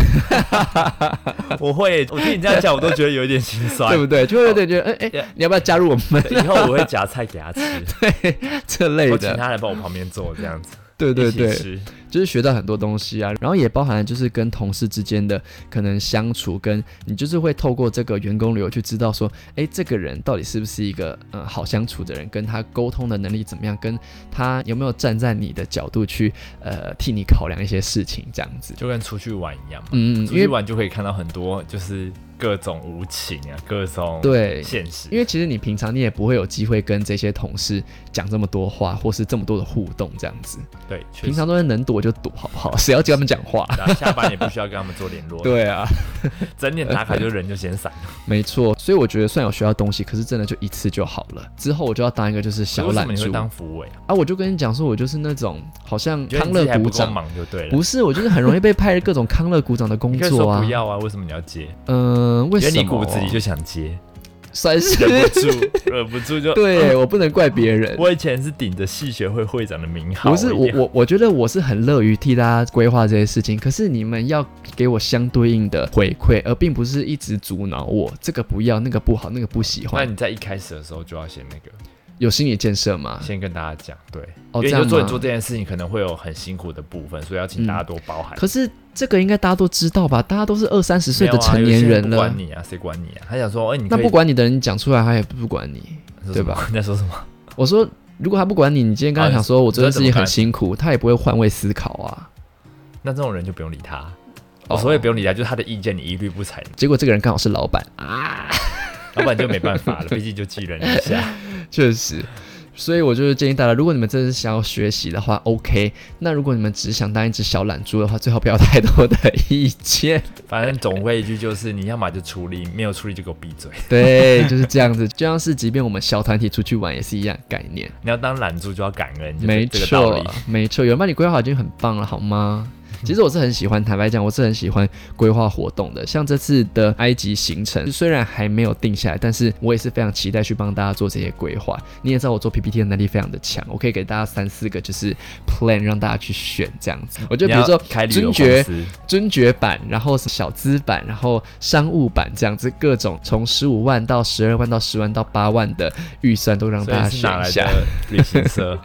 [SPEAKER 2] 我会，我听你这样讲，我都觉得有一点心 酸。
[SPEAKER 1] 对不对？就会有点觉得，哎、哎、
[SPEAKER 2] Yeah
[SPEAKER 1] 你要不要加入我 们
[SPEAKER 2] 以后我会夹菜给他 吃，
[SPEAKER 1] 这类
[SPEAKER 2] 我请
[SPEAKER 1] 的？
[SPEAKER 2] 他来帮我旁边做这样子，
[SPEAKER 1] 对对
[SPEAKER 2] 一
[SPEAKER 1] 对
[SPEAKER 2] 起，吃。
[SPEAKER 1] 就是学到很多东西啊，然后也包含就是跟同事之间的可能相处，跟你就是会透过这个员工旅游去知道说，诶，这个人到底是不是一个呃好相处的人，跟他沟通的能力怎么样，跟他有没有站在你的角度去呃替你考量一些事情这样子。
[SPEAKER 2] 就跟出去玩一样嘛，
[SPEAKER 1] 嗯，
[SPEAKER 2] 出
[SPEAKER 1] 因为
[SPEAKER 2] 去玩就可以看到很多就是各种无情啊，各种
[SPEAKER 1] 对
[SPEAKER 2] 现实，
[SPEAKER 1] 因为其实你平常你也不会有机会跟这些同事讲这么多话，或是这么多的互动这样子。
[SPEAKER 2] 对，确
[SPEAKER 1] 平
[SPEAKER 2] 实
[SPEAKER 1] 常都是能躲就躲，好不好？谁要跟他们讲话？
[SPEAKER 2] 然后下班也不需要跟他们做联络，，
[SPEAKER 1] 对啊，
[SPEAKER 2] 整点打卡就人就先散了。
[SPEAKER 1] 没错，所以我觉得虽然有学到东西，可是真的就一次就好了。之后我就要当一个就是小
[SPEAKER 2] 为什
[SPEAKER 1] 懒
[SPEAKER 2] 么你
[SPEAKER 1] 猪
[SPEAKER 2] 会当服务委啊？
[SPEAKER 1] 啊！我就跟你讲说，我就是那种好像
[SPEAKER 2] 你觉得
[SPEAKER 1] 康
[SPEAKER 2] 你自
[SPEAKER 1] 乐
[SPEAKER 2] 己还
[SPEAKER 1] 鼓
[SPEAKER 2] 不够
[SPEAKER 1] 掌，
[SPEAKER 2] 忙就对了
[SPEAKER 1] 不。是我就是很容易被派各种康乐鼓掌的工
[SPEAKER 2] 你可以
[SPEAKER 1] 作
[SPEAKER 2] 说
[SPEAKER 1] 啊
[SPEAKER 2] 不。要啊，为什么你要接？
[SPEAKER 1] 嗯、为
[SPEAKER 2] 因为
[SPEAKER 1] 什
[SPEAKER 2] 你
[SPEAKER 1] 么
[SPEAKER 2] 骨子里就想接，
[SPEAKER 1] 算是
[SPEAKER 2] 忍不住，忍不住就。嗯
[SPEAKER 1] 对我不能怪别人。
[SPEAKER 2] 我以前是顶着系学会会长的名号，
[SPEAKER 1] 不是我我我觉得我是很乐于替大家规划这些事情，可是你们要给我相对应的回馈，而并不是一直阻挠我这个不要那个不好那个不喜
[SPEAKER 2] 那
[SPEAKER 1] 欢，
[SPEAKER 2] 你在一开始的时候就要先那个，
[SPEAKER 1] 有心理建设吗？
[SPEAKER 2] 先跟大家讲，对，
[SPEAKER 1] 哦，这
[SPEAKER 2] 因为
[SPEAKER 1] 样
[SPEAKER 2] 就做你做
[SPEAKER 1] 吗？
[SPEAKER 2] 这件事情可能会有很辛苦的部分，所以要请大家多包涵。
[SPEAKER 1] 可是这个应该大家都知道吧？大家都是二三十岁
[SPEAKER 2] 没有
[SPEAKER 1] 的
[SPEAKER 2] 啊
[SPEAKER 1] 成年人
[SPEAKER 2] 有些不
[SPEAKER 1] 了，
[SPEAKER 2] 管你啊，谁管你啊？他想说，哎、你
[SPEAKER 1] 那
[SPEAKER 2] 可以
[SPEAKER 1] 不管你的人讲出来，他也不管你。
[SPEAKER 2] 说
[SPEAKER 1] 对
[SPEAKER 2] 什 么？你在说什么？
[SPEAKER 1] 我说，如果他不管你，你今天跟他
[SPEAKER 2] 哎
[SPEAKER 1] 讲说，我这件事情很辛苦，他也不会换位思考啊。
[SPEAKER 2] 那这种人就不用理他。
[SPEAKER 1] 哦
[SPEAKER 2] 我所谓不用理他，就是他的意见你一律不采纳，
[SPEAKER 1] 结果这个人刚好是老板，
[SPEAKER 2] 老板就没办法了，毕竟就寄人篱下。
[SPEAKER 1] 确实。所以我就是建议大家，如果你们真的是想要学习的话，OK。那如果你们只想当一只小懒猪的话，最好不要太多的意 见。
[SPEAKER 2] 反正总归一句就是，你要么就处理，没有处理就给我闭嘴。
[SPEAKER 1] 对，就是这样子。就像是即便我们小团体出去玩也是一样概念。
[SPEAKER 2] 你要当懒猪就要感恩，就是
[SPEAKER 1] 没
[SPEAKER 2] 这个道
[SPEAKER 1] 错
[SPEAKER 2] 理。，
[SPEAKER 1] 没错，有人帮你规划好已经很棒了，好 吗？其实我是很喜欢，坦白讲，我是很喜欢规划活动的。像这次的埃及行程，虽然还没有定下来，但是我也是非常期待去帮大家做这些规划。你也知道我做 PPT 的能力非常的强，我可以给大家三四个就是 plan 让大家去选这样子。我就
[SPEAKER 2] 你
[SPEAKER 1] 比如
[SPEAKER 2] 要
[SPEAKER 1] 说
[SPEAKER 2] 开旅游
[SPEAKER 1] 尊
[SPEAKER 2] 公
[SPEAKER 1] 爵
[SPEAKER 2] 司，
[SPEAKER 1] 尊爵版，然后小资版，然后商务版这样子，各种从十五万到十二万到十万到八万的预算都让
[SPEAKER 2] 所
[SPEAKER 1] 大家
[SPEAKER 2] 以是
[SPEAKER 1] 选
[SPEAKER 2] 哪
[SPEAKER 1] 一
[SPEAKER 2] 来
[SPEAKER 1] 下。
[SPEAKER 2] 的旅行社？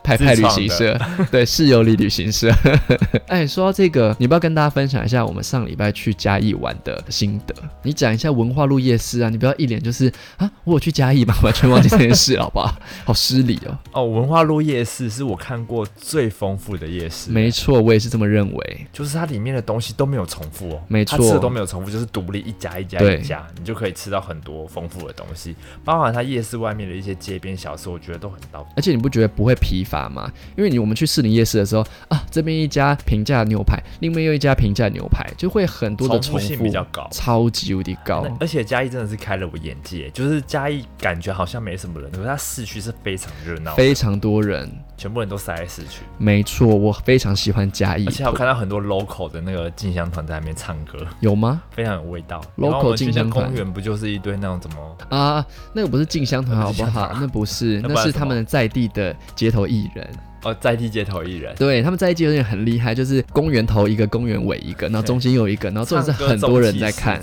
[SPEAKER 1] 派派旅行社， 对，室友里旅行社。 哎，说到这个，你要不要跟大家分享一下我们上礼拜去嘉义玩的心得？你讲一下文化路夜市啊，你不要一脸就是啊，我有去嘉义吗？完全忘记这件事，好不 好？好失礼哦。
[SPEAKER 2] 哦，文化路夜市是我看过最丰富的夜市，
[SPEAKER 1] 没错，我也是这么认为。
[SPEAKER 2] 就是它里面的东西都没有重复哦，
[SPEAKER 1] 没
[SPEAKER 2] 它
[SPEAKER 1] 错
[SPEAKER 2] 吃的都没有重复，就是独立一家一家
[SPEAKER 1] 对
[SPEAKER 2] 一家，你就可以吃到很多丰富的东西，包含它夜市外面的一些街边小吃，我觉得都很到
[SPEAKER 1] 而且你不觉得不会疲乏吗？因为你我们去士林夜市的时候啊，这边一家平价牛排，另外又一家平价牛排，就会很多的重
[SPEAKER 2] 重
[SPEAKER 1] 复，
[SPEAKER 2] 性比较高。
[SPEAKER 1] 超级无敌高
[SPEAKER 2] 那。而且嘉义真的是开了我眼界，就是嘉义感觉好像没什么人，可是它市区是非常热闹，
[SPEAKER 1] 非常多人。
[SPEAKER 2] 全部人都塞在市区，
[SPEAKER 1] 没错，我非常喜欢嘉义
[SPEAKER 2] 而，且还有看到很多 local 的那个进香团在那边唱歌，
[SPEAKER 1] 有吗？
[SPEAKER 2] 非常有味道。
[SPEAKER 1] Local
[SPEAKER 2] 然后我们去
[SPEAKER 1] 进
[SPEAKER 2] 那
[SPEAKER 1] 香
[SPEAKER 2] 个
[SPEAKER 1] 团
[SPEAKER 2] 公园不就是一堆那种怎么
[SPEAKER 1] 啊，那个不是进香团
[SPEAKER 2] 那
[SPEAKER 1] 好
[SPEAKER 2] 不是
[SPEAKER 1] 不
[SPEAKER 2] 进香
[SPEAKER 1] 好？
[SPEAKER 2] 团啊
[SPEAKER 1] 那不是，
[SPEAKER 2] 那
[SPEAKER 1] 那
[SPEAKER 2] 不然
[SPEAKER 1] 是
[SPEAKER 2] 什
[SPEAKER 1] 他
[SPEAKER 2] 么
[SPEAKER 1] 们在地的街头艺人。
[SPEAKER 2] 哦在地街头艺人，
[SPEAKER 1] 对他们在地街头艺人很厉害，就是公园头一个，公园尾一个，然后中间有一个，然后重点啊是很多人在看，
[SPEAKER 2] 哎，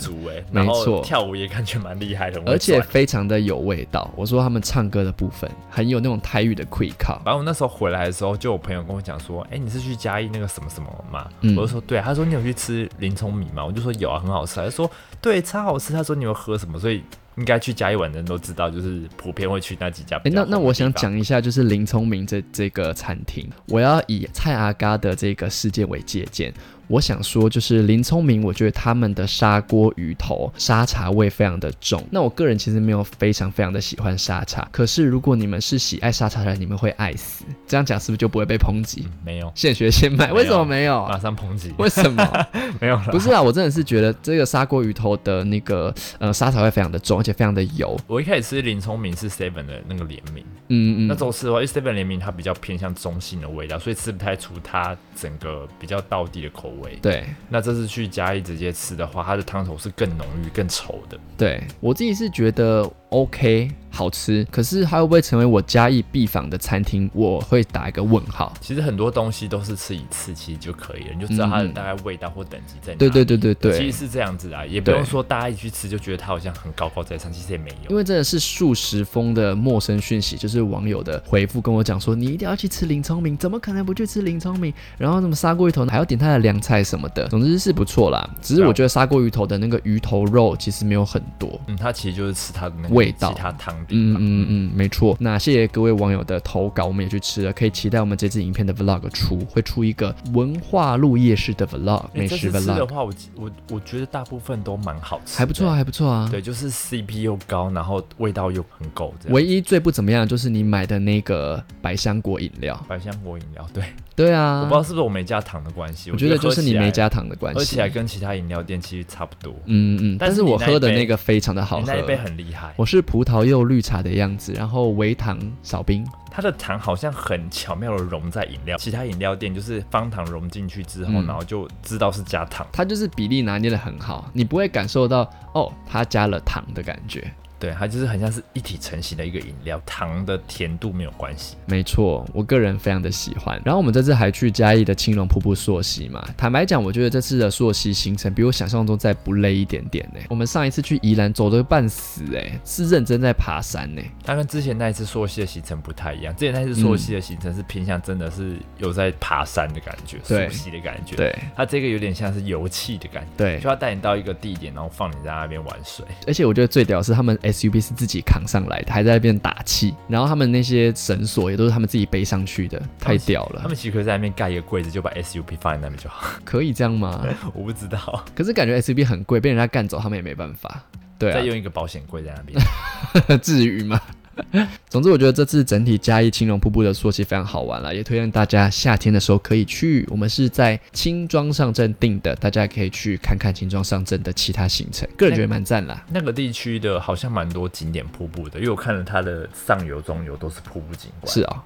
[SPEAKER 1] 没
[SPEAKER 2] 然后
[SPEAKER 1] 错
[SPEAKER 2] 跳舞也感觉蛮厉害的，
[SPEAKER 1] 而且
[SPEAKER 2] 我会转
[SPEAKER 1] 非常的有味道。我说他们唱歌的部分很有那种台语的 quick call，
[SPEAKER 2] 反正我那时候回来的时候，就有朋友跟我讲说，哎、你是去嘉义那个什么什么吗？
[SPEAKER 1] 嗯
[SPEAKER 2] 我就说对啊，他说你有去吃林聪米吗？我就说有啊，很好吃啊。他说对，超好吃。他说你有喝什么？所以应该去嘉义玩的人都知道，就是普遍会去那几家
[SPEAKER 1] 诶
[SPEAKER 2] 比较
[SPEAKER 1] 哎那
[SPEAKER 2] 红的地方。
[SPEAKER 1] 那我想讲一下，就是林聪明这这个餐厅，我要以蔡阿嘎的这个事件为借鉴。我想说，就是林聪明，我觉得他们的砂锅鱼头沙茶味非常的重。那我个人其实没有非常非常的喜欢沙茶，可是如果你们是喜爱沙茶的人，你们会爱死。这样讲是不是就不会被抨击
[SPEAKER 2] 嗯？没有，
[SPEAKER 1] 现学现卖，
[SPEAKER 2] 有
[SPEAKER 1] 为什么没有啊？
[SPEAKER 2] 马上抨击，
[SPEAKER 1] 为什么？
[SPEAKER 2] 没有了。
[SPEAKER 1] 不是啊，我真的是觉得这个砂锅鱼头的那个呃沙茶味非常的重，而且非常的油。
[SPEAKER 2] 我一开始吃林聪明是 Seven 的那个联名，
[SPEAKER 1] 嗯嗯，
[SPEAKER 2] 那时候吃的话，因为 Seven 联名它比较偏向中性的味道，所以吃不太出它整个比较道地的口味。
[SPEAKER 1] 对。
[SPEAKER 2] 那这次去嘉义直接吃的话，它的汤头是更浓郁、更稠的。
[SPEAKER 1] 对我自己是觉得 OK 好吃，可是它会不会成为我嘉义必访的餐厅？我会打一个问号。
[SPEAKER 2] 其实很多东西都是吃一次其实就可以了，你就知道它的
[SPEAKER 1] 嗯嗯
[SPEAKER 2] 大概味道或等级在哪。
[SPEAKER 1] 对对对对
[SPEAKER 2] 其
[SPEAKER 1] 对，
[SPEAKER 2] 实是这样子啊，也不
[SPEAKER 1] 对
[SPEAKER 2] 用说大家一起去吃就觉得它好像很高高在上，其实也没
[SPEAKER 1] 因
[SPEAKER 2] 有。
[SPEAKER 1] 为真的是素食风的陌生讯息，就是网友的回复跟我讲说，你一定要去吃林聪明，怎么可能不去吃林聪明？然后什么砂锅鱼头，还要点它的凉菜什么的，总之是不错啦。只是我觉得砂锅鱼头的那个鱼头肉其实没有很多。
[SPEAKER 2] 嗯，它其实就是吃它的那个
[SPEAKER 1] 味道
[SPEAKER 2] 其他汤底。
[SPEAKER 1] 嗯嗯嗯，没错。那谢谢各位网友的投稿，我们也去吃了，可以期待我们这支影片的 vlog 出，会出一个文化路夜市的 vlog 美
[SPEAKER 2] 因为哎这
[SPEAKER 1] 食
[SPEAKER 2] 次吃的
[SPEAKER 1] vlog，
[SPEAKER 2] 话，我我我觉得大部分都蛮好吃的，
[SPEAKER 1] 还不错啊，还不错啊。
[SPEAKER 2] 对，啊就是 CP 又高，然后味道又很够，这样。
[SPEAKER 1] 唯一最不怎么样的就是你买的那个百香果饮料，
[SPEAKER 2] 百香果饮料，对，
[SPEAKER 1] 对
[SPEAKER 2] 我
[SPEAKER 1] 啊
[SPEAKER 2] 不知，道是不是我没加糖的关系，
[SPEAKER 1] 我觉得就是你没
[SPEAKER 2] 没，
[SPEAKER 1] 加糖的关
[SPEAKER 2] 喝
[SPEAKER 1] 系
[SPEAKER 2] 起。来跟其他饮料店其实差不多。
[SPEAKER 1] 嗯嗯，但
[SPEAKER 2] 但
[SPEAKER 1] 是
[SPEAKER 2] 是你
[SPEAKER 1] 我
[SPEAKER 2] 那一
[SPEAKER 1] 喝的
[SPEAKER 2] 杯
[SPEAKER 1] 那个非常的好
[SPEAKER 2] 你
[SPEAKER 1] 喝
[SPEAKER 2] 那，一杯很厉害，
[SPEAKER 1] 我是葡萄柚绿茶的样子，然后微糖少冰，
[SPEAKER 2] 它的糖好像很巧妙的融在饮料，其他饮料店就是方糖融进去之后，
[SPEAKER 1] 嗯
[SPEAKER 2] 然后就知道是加糖。
[SPEAKER 1] 它就是比例拿捏的很好，你不会感受到哦它加了糖的感觉。
[SPEAKER 2] 对，它就是很像是一体成型的一个饮料，糖的甜度没有关系。
[SPEAKER 1] 没错，我个人非常的喜欢。然后我们这次还去嘉义的青龙瀑布溯溪嘛，坦白讲，我觉得这次的溯溪行程比我想象中再不累一点点呢、我们上一次去宜兰走的半死哎、是认真在爬山欸呢、
[SPEAKER 2] 它跟之前那一次溯溪的行程不太一样，之前那一次溯溪的行程是偏向真的是有在爬山的感觉，溯
[SPEAKER 1] 对
[SPEAKER 2] 溪的感觉。，
[SPEAKER 1] 对
[SPEAKER 2] 它这个有点像是游憩的感觉，
[SPEAKER 1] 对嗯
[SPEAKER 2] 就，要带你到一个地点，然后放你在那边玩水。
[SPEAKER 1] 而且我觉得最屌的是他们 SUV 是自己扛上来的，还在那边打气，然后他们那些绳索也都是他们自己背上去的，太屌
[SPEAKER 2] 他
[SPEAKER 1] 了！
[SPEAKER 2] 们其实可以在那边盖一个柜子，就把 SUP 放在那边就好。
[SPEAKER 1] 可以这样吗？
[SPEAKER 2] 我不知道，
[SPEAKER 1] 可是感觉 SUV 很贵，被人家干走他们也没办法。对啊
[SPEAKER 2] 再，用一个保险柜在那边。
[SPEAKER 1] 至于吗？ 总之，我觉得这次整体嘉义青龙瀑布的溯溪非常好玩啦，也推荐大家夏天的时候可以去。我们是在青庄上镇定的，大家可以去看看青庄上镇的其他行程，个人觉得蛮赞啦。
[SPEAKER 2] 那个地区的好像蛮多景点瀑布的，因为我看了它的上游、中游都是瀑布景观，
[SPEAKER 1] 是，啊、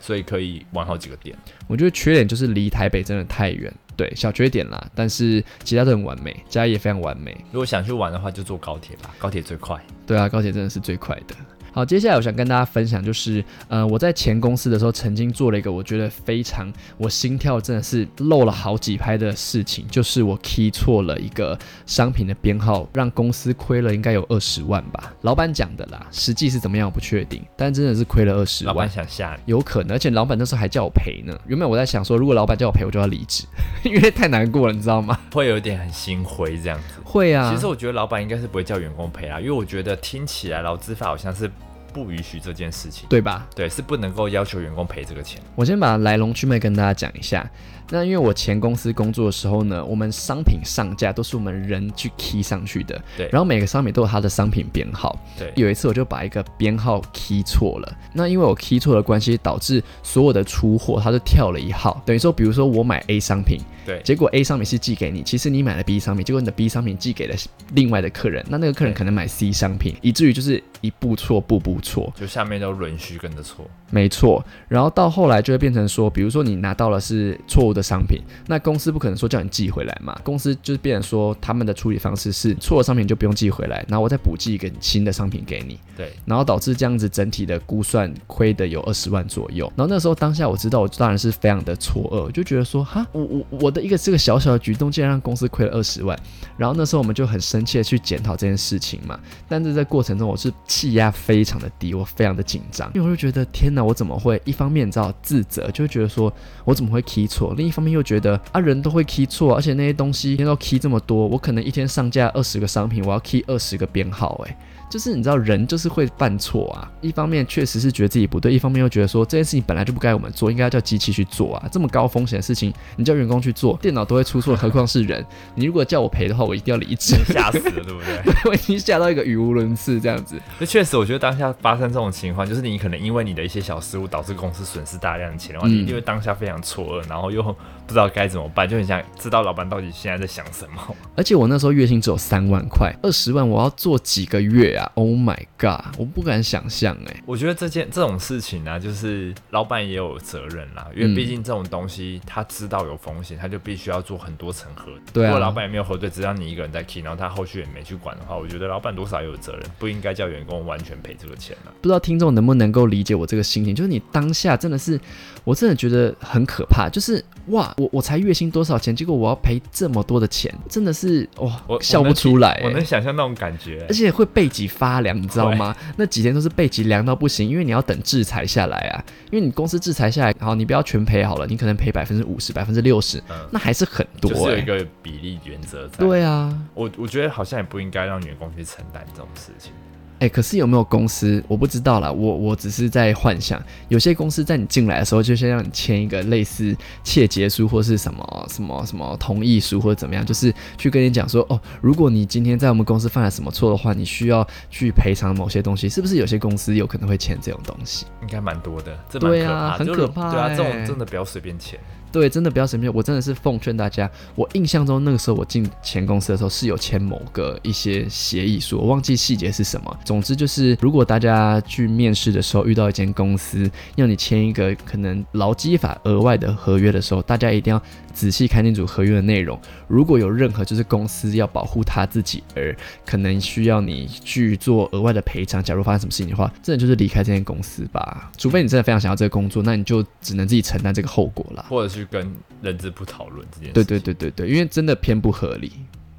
[SPEAKER 2] 所以可以玩好几个点。
[SPEAKER 1] 我觉得缺点就是离台北真的太远，对，小缺点啦。但是其他都很完美，嘉义也非常完美。
[SPEAKER 2] 如果想去玩的话，就坐高铁吧，高铁最快。
[SPEAKER 1] 对啊，高铁真的是最快的。好，接下来我想跟大家分享，就是呃，我在前公司的时候曾经做了一个我觉得非常我心跳真的是漏了好几拍的事情，就是我 key 错了一个商品的编号，让公司亏了应该有二十万吧，老板讲的啦，实际是怎么样我不确定，但真的是亏了二十
[SPEAKER 2] 老
[SPEAKER 1] 万
[SPEAKER 2] 板。想吓你，
[SPEAKER 1] 有可能，而且老板那时候还叫我赔呢。原本我在想说，如果老板叫我赔，我就要离职， 因为太难过了，你知道吗？
[SPEAKER 2] 会有点很心灰这样子。
[SPEAKER 1] 会啊，
[SPEAKER 2] 其实我觉得老板应该是不会叫员工赔啦，因为我觉得听起来劳资法好像是不允许这件事情，
[SPEAKER 1] 对吧？
[SPEAKER 2] 对，是不能够要求员工赔这个钱。
[SPEAKER 1] 我先把来龙去脉跟大家讲一下。那因为我前公司工作的时候呢，我们商品上架都是我们人去 key 上去的，
[SPEAKER 2] 对
[SPEAKER 1] 然后每个商品都有它的商品编号。
[SPEAKER 2] 对，
[SPEAKER 1] 有一次我就把一个编号 key 错了，那因为我 key 错的关系，导致所有的出货它都跳了一号。等于说，比如说我买 A 商品，
[SPEAKER 2] 对，
[SPEAKER 1] 结果 A 商品是寄给你，其实你买了 B 商品，结果你的 B 商品寄给了另外的客人，那那个客人
[SPEAKER 2] 对
[SPEAKER 1] 可能买 C 商品，以至于就是一步错步步错。
[SPEAKER 2] 就下面都轮序跟着错，
[SPEAKER 1] 没错，然后到后来就会变成说，比如说你拿到了是错误的商品，那公司不可能说叫你寄回来嘛，公司就是变成说他们的处理方式是错的商品就不用寄回来，然后我再补寄一个新的商品给你，
[SPEAKER 2] 对，
[SPEAKER 1] 然后导致这样子整体的估算亏的有二十万左右。然后那时候当下我知道，我当然是非常的错愕，我就觉得说哈，我我我的一个这个小小的举动，竟然让公司亏了二十万。然后那时候我们就很生气的去检讨这件事情嘛。但是在过程中，我是气压非常的低，我非常的紧张，因为我就觉得天哪，我怎么会？一方面你知道自责，就会觉得说我怎么会 key 错？另一方面又觉得啊，人都会 key 错，而且那些东西一天都 key 这么多，我可能一天上架二十个商品，我要 key 二十个编号、欸，就是你知道人就是会犯错啊，一方面确实是觉得自己不对，一方面又觉得说这件事情本来就不该我们做，应该要叫机器去做啊，这么高风险的事情，你叫员工去做，电脑都会出错，何况是人？你如果叫我赔的话，我一定要离职，
[SPEAKER 2] 吓死了，对不对？
[SPEAKER 1] 我已经吓到一个语无伦次这样子。
[SPEAKER 2] 那确实，我觉得当下发生这种情况，就是你可能因为你的一些小失误，导致公司损失大量的钱的话，
[SPEAKER 1] 嗯
[SPEAKER 2] 你一定会当下非常错愕，然后又不知道该怎么办，就很想知道老板到底现在在想什么。
[SPEAKER 1] 而且我那时候月薪只有三万块，二十万我要做几个月啊？Oh my god，我不敢想象哎、
[SPEAKER 2] 我觉得这件这种事情呢、就是老板也有责任啦，因为
[SPEAKER 1] 嗯
[SPEAKER 2] 毕竟这种东西他知道有风险，他就必须要做很多层核。
[SPEAKER 1] 对啊
[SPEAKER 2] 如果老板也没有核对，只让你一个人在 key，然后他后续也没去管的话，我觉得老板多少也有责任，不应该叫员工完全赔这个钱了。
[SPEAKER 1] 不知道听众能不能够理解我这个心情，就是你当下真的是，我真的觉得很可怕，就是哇，我我才月薪多少钱，结果我要赔这么多的钱，真的是哇
[SPEAKER 2] 我，
[SPEAKER 1] 笑不出来、
[SPEAKER 2] 我能
[SPEAKER 1] 欸
[SPEAKER 2] 想象那种感觉、
[SPEAKER 1] 而且会背脊发凉，你知道吗？那几天都是背脊凉到不行，因为你要等制裁下来啊。因为你公司制裁下来，好，你不要全赔好了，你可能赔百分之五十、百分之六十
[SPEAKER 2] 嗯，
[SPEAKER 1] 那还是很多、
[SPEAKER 2] 就是有一
[SPEAKER 1] 欸。
[SPEAKER 2] 个比例原则在。
[SPEAKER 1] 对啊，
[SPEAKER 2] 我我觉得好像也不应该让员工去承担这种事情。
[SPEAKER 1] 哎、可是有没有公司我不知道啦，我我只是在幻想，有些公司在你进来的时候就先让你签一个类似切结书或是什么什么什么同意书或者怎么样，就是去跟你讲说，哦，如果你今天在我们公司犯了什么错的话，你需要去赔偿某些东西，是不是有些公司有可能会签这种东西？
[SPEAKER 2] 应该蛮多的，这蛮
[SPEAKER 1] 对
[SPEAKER 2] 可
[SPEAKER 1] 啊
[SPEAKER 2] 怕，
[SPEAKER 1] 很
[SPEAKER 2] 就是
[SPEAKER 1] 可怕
[SPEAKER 2] 对啊，
[SPEAKER 1] 欸
[SPEAKER 2] 这种真的不要随便签。
[SPEAKER 1] 对，真的不要随便，我真的是奉劝大家，我印象中那个时候我进前公司的时候是有签某个一些协议书，我忘记细节是什么。总之就是，如果大家去面试的时候遇到一间公司要你签一个可能劳基法额外的合约的时候，大家一定要仔细看清楚合约的内容。如果有任何就是公司要保护他自己而可能需要你去做额外的赔偿，假如发生什么事情的话，真的就是离开这间公司吧。除非你真的非常想要这个工作，那你就只能自己承担这个后果啦。
[SPEAKER 2] 或者去跟人资部讨论这件事。
[SPEAKER 1] 对对，对对对，因为真的偏不合理。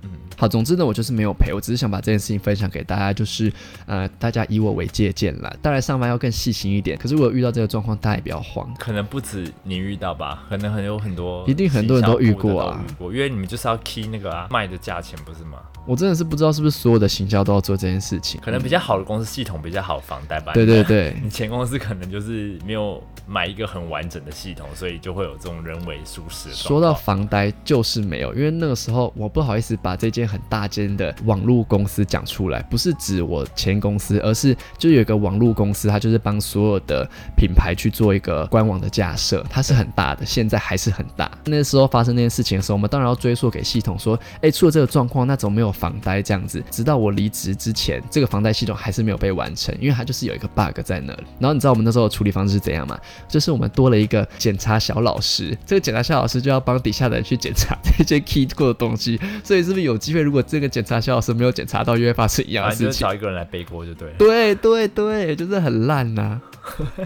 [SPEAKER 2] 嗯，
[SPEAKER 1] 好，总之呢，我就是没有赔，我只是想把这件事情分享给大家，就是呃，大家以我为借鉴啦。当然上班要更细心一点，可是如果遇到这个状况，大家也不要慌。
[SPEAKER 2] 可能不止你遇到吧，可能很有很多，
[SPEAKER 1] 一定很多人都遇过啊
[SPEAKER 2] 遇过，因为你们就是要 key 那个啊卖的价钱，不是吗？
[SPEAKER 1] 我真的是不知道是不是所有的行销都要做这件事情。
[SPEAKER 2] 可能比较好的公司系统比较好防贷吧。
[SPEAKER 1] 嗯对对对，
[SPEAKER 2] 你前公司可能就是没有买一个很完整的系统，所以就会有这种人为疏失的
[SPEAKER 1] 说
[SPEAKER 2] 状况。
[SPEAKER 1] 到房贷，就是没有，因为那个时候我不好意思把这间很大间的网络公司讲出来，不是指我前公司，而是就有一个网络公司，它就是帮所有的品牌去做一个官网的架设，它是很大的，现在还是很大。那时候发生那件事情的时候，我们当然要追溯给系统说，哎，出了这个状况，那怎么没有房贷这样子？直到我离职之前，这个房贷系统还是没有被完成，因为它就是有一个 bug 在那里。然后你知道我们那时候的处理方式是怎样吗？就是我们多了一个检查小老师，这个检查小老师就要帮底下的人去检查这些 key 过的东西，所以是不是有机会，如果这个检查小老师没有检查到，又会发生一样
[SPEAKER 2] 啊，
[SPEAKER 1] 的
[SPEAKER 2] 你就
[SPEAKER 1] 事
[SPEAKER 2] 是
[SPEAKER 1] 情？
[SPEAKER 2] 找一个人来背锅就对了。
[SPEAKER 1] 对对对，就是很烂呐、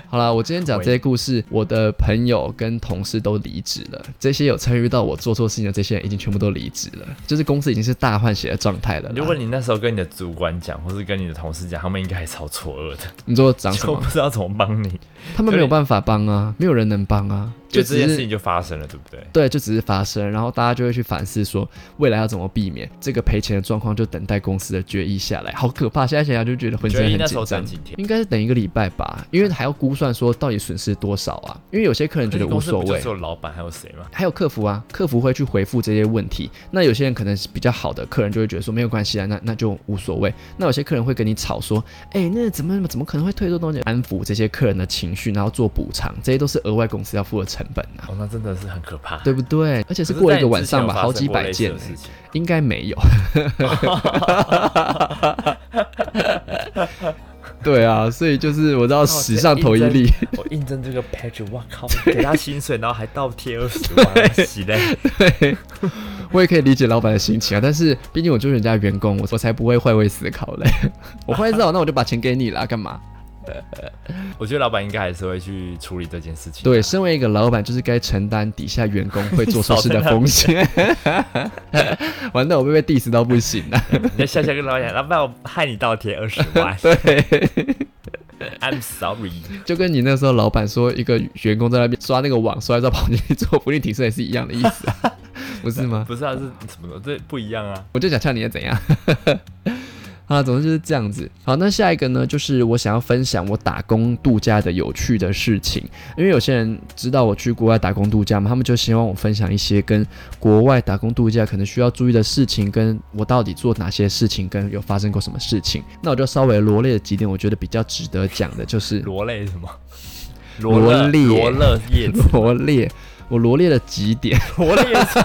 [SPEAKER 1] 好啦，我今天讲这些故事，我的朋友跟同事都离职了，这些有参与到我做错事情的这些人已经全部都离职了，就是公司已经是大换血的状态了啦。
[SPEAKER 2] 如果你那时候跟你的主管讲，或是跟你的同事讲，他们应该还超错愕的，
[SPEAKER 1] 你说长什
[SPEAKER 2] 就
[SPEAKER 1] 么
[SPEAKER 2] 不，知道怎么帮你。
[SPEAKER 1] 他们没有办法帮啊，没有人能帮啊，
[SPEAKER 2] 就这
[SPEAKER 1] 只
[SPEAKER 2] 件事
[SPEAKER 1] 是
[SPEAKER 2] 情就发生了，对不对？
[SPEAKER 1] 对，就只是发生，然后大家就会去反思说未来要怎么避免这个赔钱的状况，就等待公司的决议下来。好可怕，现在想想就觉得浑身
[SPEAKER 2] 决议
[SPEAKER 1] 很
[SPEAKER 2] 那时候
[SPEAKER 1] 紧
[SPEAKER 2] 等
[SPEAKER 1] 张。
[SPEAKER 2] 几天，
[SPEAKER 1] 应该是等一个礼拜吧，因为还要估算说到底损失多少啊。因为有些客人觉得
[SPEAKER 2] 公
[SPEAKER 1] 无
[SPEAKER 2] 司
[SPEAKER 1] 所
[SPEAKER 2] 不就
[SPEAKER 1] 谓
[SPEAKER 2] 只，有老板还有谁吗？
[SPEAKER 1] 还有客服啊，客服会去回复这些问题。那有些人可能是比较好的客人就会觉得说没有关系啊，那那就无所谓。那有些客人会跟你吵说，哎、那怎么怎么可能会退这东西？安抚这些客人的情绪，然后做补偿，这些都是额外公司要付的成本啊。
[SPEAKER 2] 哦，那真的是很可怕。
[SPEAKER 1] 对不对？而且
[SPEAKER 2] 可
[SPEAKER 1] 是
[SPEAKER 2] 是
[SPEAKER 1] 过
[SPEAKER 2] 在
[SPEAKER 1] 一
[SPEAKER 2] 你
[SPEAKER 1] 个晚
[SPEAKER 2] 之前
[SPEAKER 1] 上
[SPEAKER 2] 有
[SPEAKER 1] 吧，
[SPEAKER 2] 发
[SPEAKER 1] 好
[SPEAKER 2] 生
[SPEAKER 1] 几
[SPEAKER 2] 过
[SPEAKER 1] 百
[SPEAKER 2] 类似
[SPEAKER 1] 件
[SPEAKER 2] 的
[SPEAKER 1] 欸，
[SPEAKER 2] 事情
[SPEAKER 1] 应该没 有。对啊，所以就是我知道
[SPEAKER 2] 哦
[SPEAKER 1] 史上头一例，
[SPEAKER 2] 我印证哦这个 page，哇 靠，给他薪水，然后还倒贴二十万，洗嘞！
[SPEAKER 1] 哦 我也可以理解老板的心情啊。但是毕竟我就是人家的员工，我我才不会换位思考嘞。 我换位思考，那我就把钱给你啦，干嘛？
[SPEAKER 2] 我觉得老板应该还是会去处理这件事情。
[SPEAKER 1] 对，，身为一个老板，就是该承担底下员工会做错事的风险。啊 完蛋，我被被 diss 到不行啊 了。
[SPEAKER 2] 你在下下跟老板讲，老板我害你倒贴二十 万
[SPEAKER 1] 对。
[SPEAKER 2] ，I'm sorry。
[SPEAKER 1] 就跟你那时候老板说一个员工在那边刷那个网摔到跑进去做不利停损也是一样的意思、啊，不是吗？
[SPEAKER 2] 不是啊，是什么的？这不一样啊。
[SPEAKER 1] 我就想呛你也怎样。 啊，总之就是这样子。好，那下一个呢，就是我想要分享我打工度假的有趣的事情。因为有些人知道我去国外打工度假嘛，他们就希望我分享一些跟国外打工度假可能需要注意的事情，跟我到底做哪些事情，跟有发生过什么事情。那我就稍微罗列了几点，我觉得比较值得讲的，就是
[SPEAKER 2] 罗类是什么？
[SPEAKER 1] 罗
[SPEAKER 2] 勒
[SPEAKER 1] 列
[SPEAKER 2] 罗勒叶子，
[SPEAKER 1] 罗列，我罗列了几点。
[SPEAKER 2] 罗勒叶什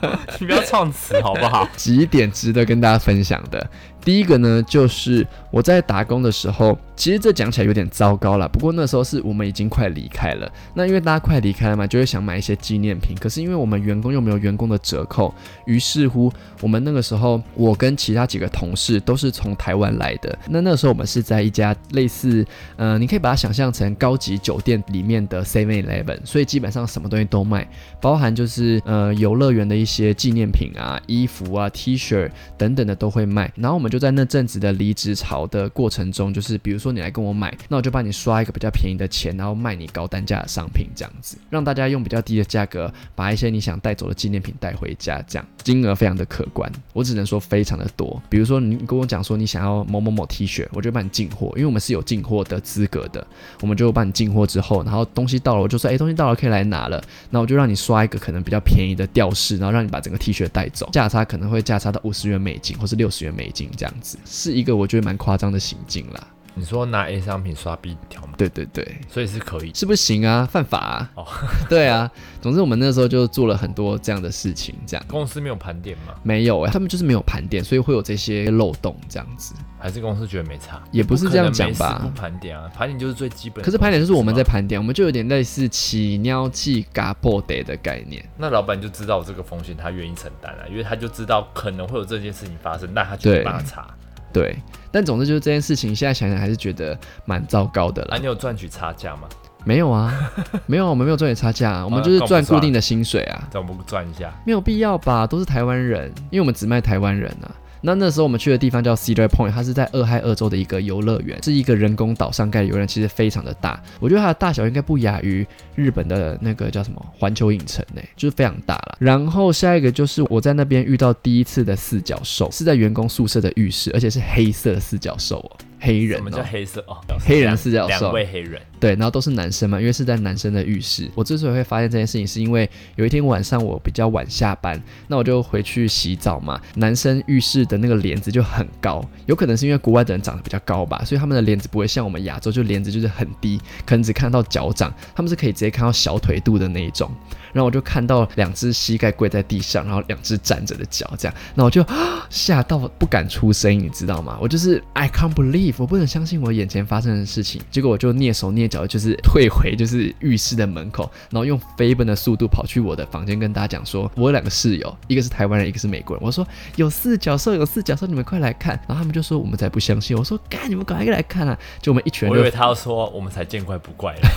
[SPEAKER 2] 么？你不要创词好不好？
[SPEAKER 1] 几点值得跟大家分享的。第一个呢，就是我在打工的时候，其实这讲起来有点糟糕了。不过那时候是我们已经快离开了，那因为大家快离开了嘛，就会想买一些纪念品。可是因为我们员工又没有员工的折扣，于是乎我们那个时候，我跟其他几个同事都是从台湾来的。那那时候我们是在一家类似，呃，你可以把它想象成高级酒店里面的 Seven Eleven，所以基本上什么东西都卖。包含就是呃游乐园的一些纪念品啊、衣服啊、T 恤等等的都会卖。然后我们就在那阵子的离职潮的过程中，就是比如说你来跟我买，那我就帮你刷一个比较便宜的钱，然后卖你高单价的商品，这样子让大家用比较低的价格把一些你想带走的纪念品带回家，这样金额非常的可观。我只能说非常的多。比如说你跟我讲说你想要某某某 T 恤，我就帮你进货，因为我们是有进货的资格的，我们就帮你进货之后，然后东西到了我就说哎、东西到了可以来拿了。那我就让你刷一个可能比较便宜的吊饰，然后让你把整个 T 恤带走，价差可能会价差到五十元美金或是六十元美金这样子，是一个我觉得蛮夸张的行径啦。
[SPEAKER 2] 你说拿 A 商品刷 B 条吗？
[SPEAKER 1] 对对对，
[SPEAKER 2] 所以是可以。
[SPEAKER 1] 是不行啊，犯法啊。
[SPEAKER 2] 哦
[SPEAKER 1] 对啊，总之我们那时候就做了很多这样的事情，这样。
[SPEAKER 2] 公司没有盘点吗？
[SPEAKER 1] 没有哎、他们就是没有盘点，所以会有这些漏洞这样子，
[SPEAKER 2] 还是公司觉得没差？
[SPEAKER 1] 也不是
[SPEAKER 2] 可
[SPEAKER 1] 这样
[SPEAKER 2] 能
[SPEAKER 1] 讲
[SPEAKER 2] 没事
[SPEAKER 1] 吧
[SPEAKER 2] 不？盘点啊，盘点就是最基本的东西。
[SPEAKER 1] 可是盘点就是我们在
[SPEAKER 2] 吗
[SPEAKER 1] 盘点，我们就有点类似起尿剂嘎破得的概念。
[SPEAKER 2] 那老板就知道这个风险，他愿意承担啊，因为他就知道可能会有这件事情发生，那他就
[SPEAKER 1] 对
[SPEAKER 2] 会帮他查。
[SPEAKER 1] 对，但总之就是这件事情，现在想想还是觉得蛮糟糕的
[SPEAKER 2] 啊，
[SPEAKER 1] 啦。
[SPEAKER 2] 你有赚取差价吗？没
[SPEAKER 1] 没有 啊，没有啊，我们没有赚你差价、啊，我们
[SPEAKER 2] 好了
[SPEAKER 1] 就是
[SPEAKER 2] 那我们
[SPEAKER 1] 赚
[SPEAKER 2] 算
[SPEAKER 1] 固
[SPEAKER 2] 了
[SPEAKER 1] 定的薪水啊，
[SPEAKER 2] 怎么不赚一下？
[SPEAKER 1] 没有必要吧？都是台湾人，因为我们只卖台湾人啊。那那时候我们去的地方叫 Cedar Point，它是在俄亥俄州的一个游乐园，是一个人工岛上盖的游乐园，其实非常的大。我觉得它的大小应该不亚于日本的那个叫什么环球影城呢、就是非常大了。然后下一个就是我在那边遇到第一次的四脚兽，是在员工宿舍的浴室，而且是黑色的四脚兽哦，黑人
[SPEAKER 2] 什么
[SPEAKER 1] 哦
[SPEAKER 2] 叫。黑色哦？
[SPEAKER 1] 黑人四角兽
[SPEAKER 2] 两两位黑人，
[SPEAKER 1] 对，然后都是男生嘛，因为是在男生的浴室。我之所以会发现这件事情，是因为有一天晚上我比较晚下班，那我就回去洗澡嘛。男生浴室的那个帘子就很高，有可能是因为国外的人长得比较高吧，所以他们的帘子不会像我们亚洲，就帘子就是很低，可能只看到脚掌，他们是可以直接看到小腿肚的那一种。然后我就看到两只膝盖跪在地上，然后两只站着的脚这样，那我就 啊吓到不敢出声，音，你知道吗？我就是 I can't believe，我不能相信我眼前发生的事情。结果我就蹑手蹑脚，就是退回就是浴室的门口，然后用飞奔的速度跑去我的房间，跟大家讲说，我有两个室友，一个是台湾人，一个是美国人。我说有四角兽，有四角兽，你们快来看。然后他们就说我们才不相信。我说干，你们赶快来看啊！就我们一群人
[SPEAKER 2] 我
[SPEAKER 1] 就
[SPEAKER 2] 以为他要说我们才见怪不怪了。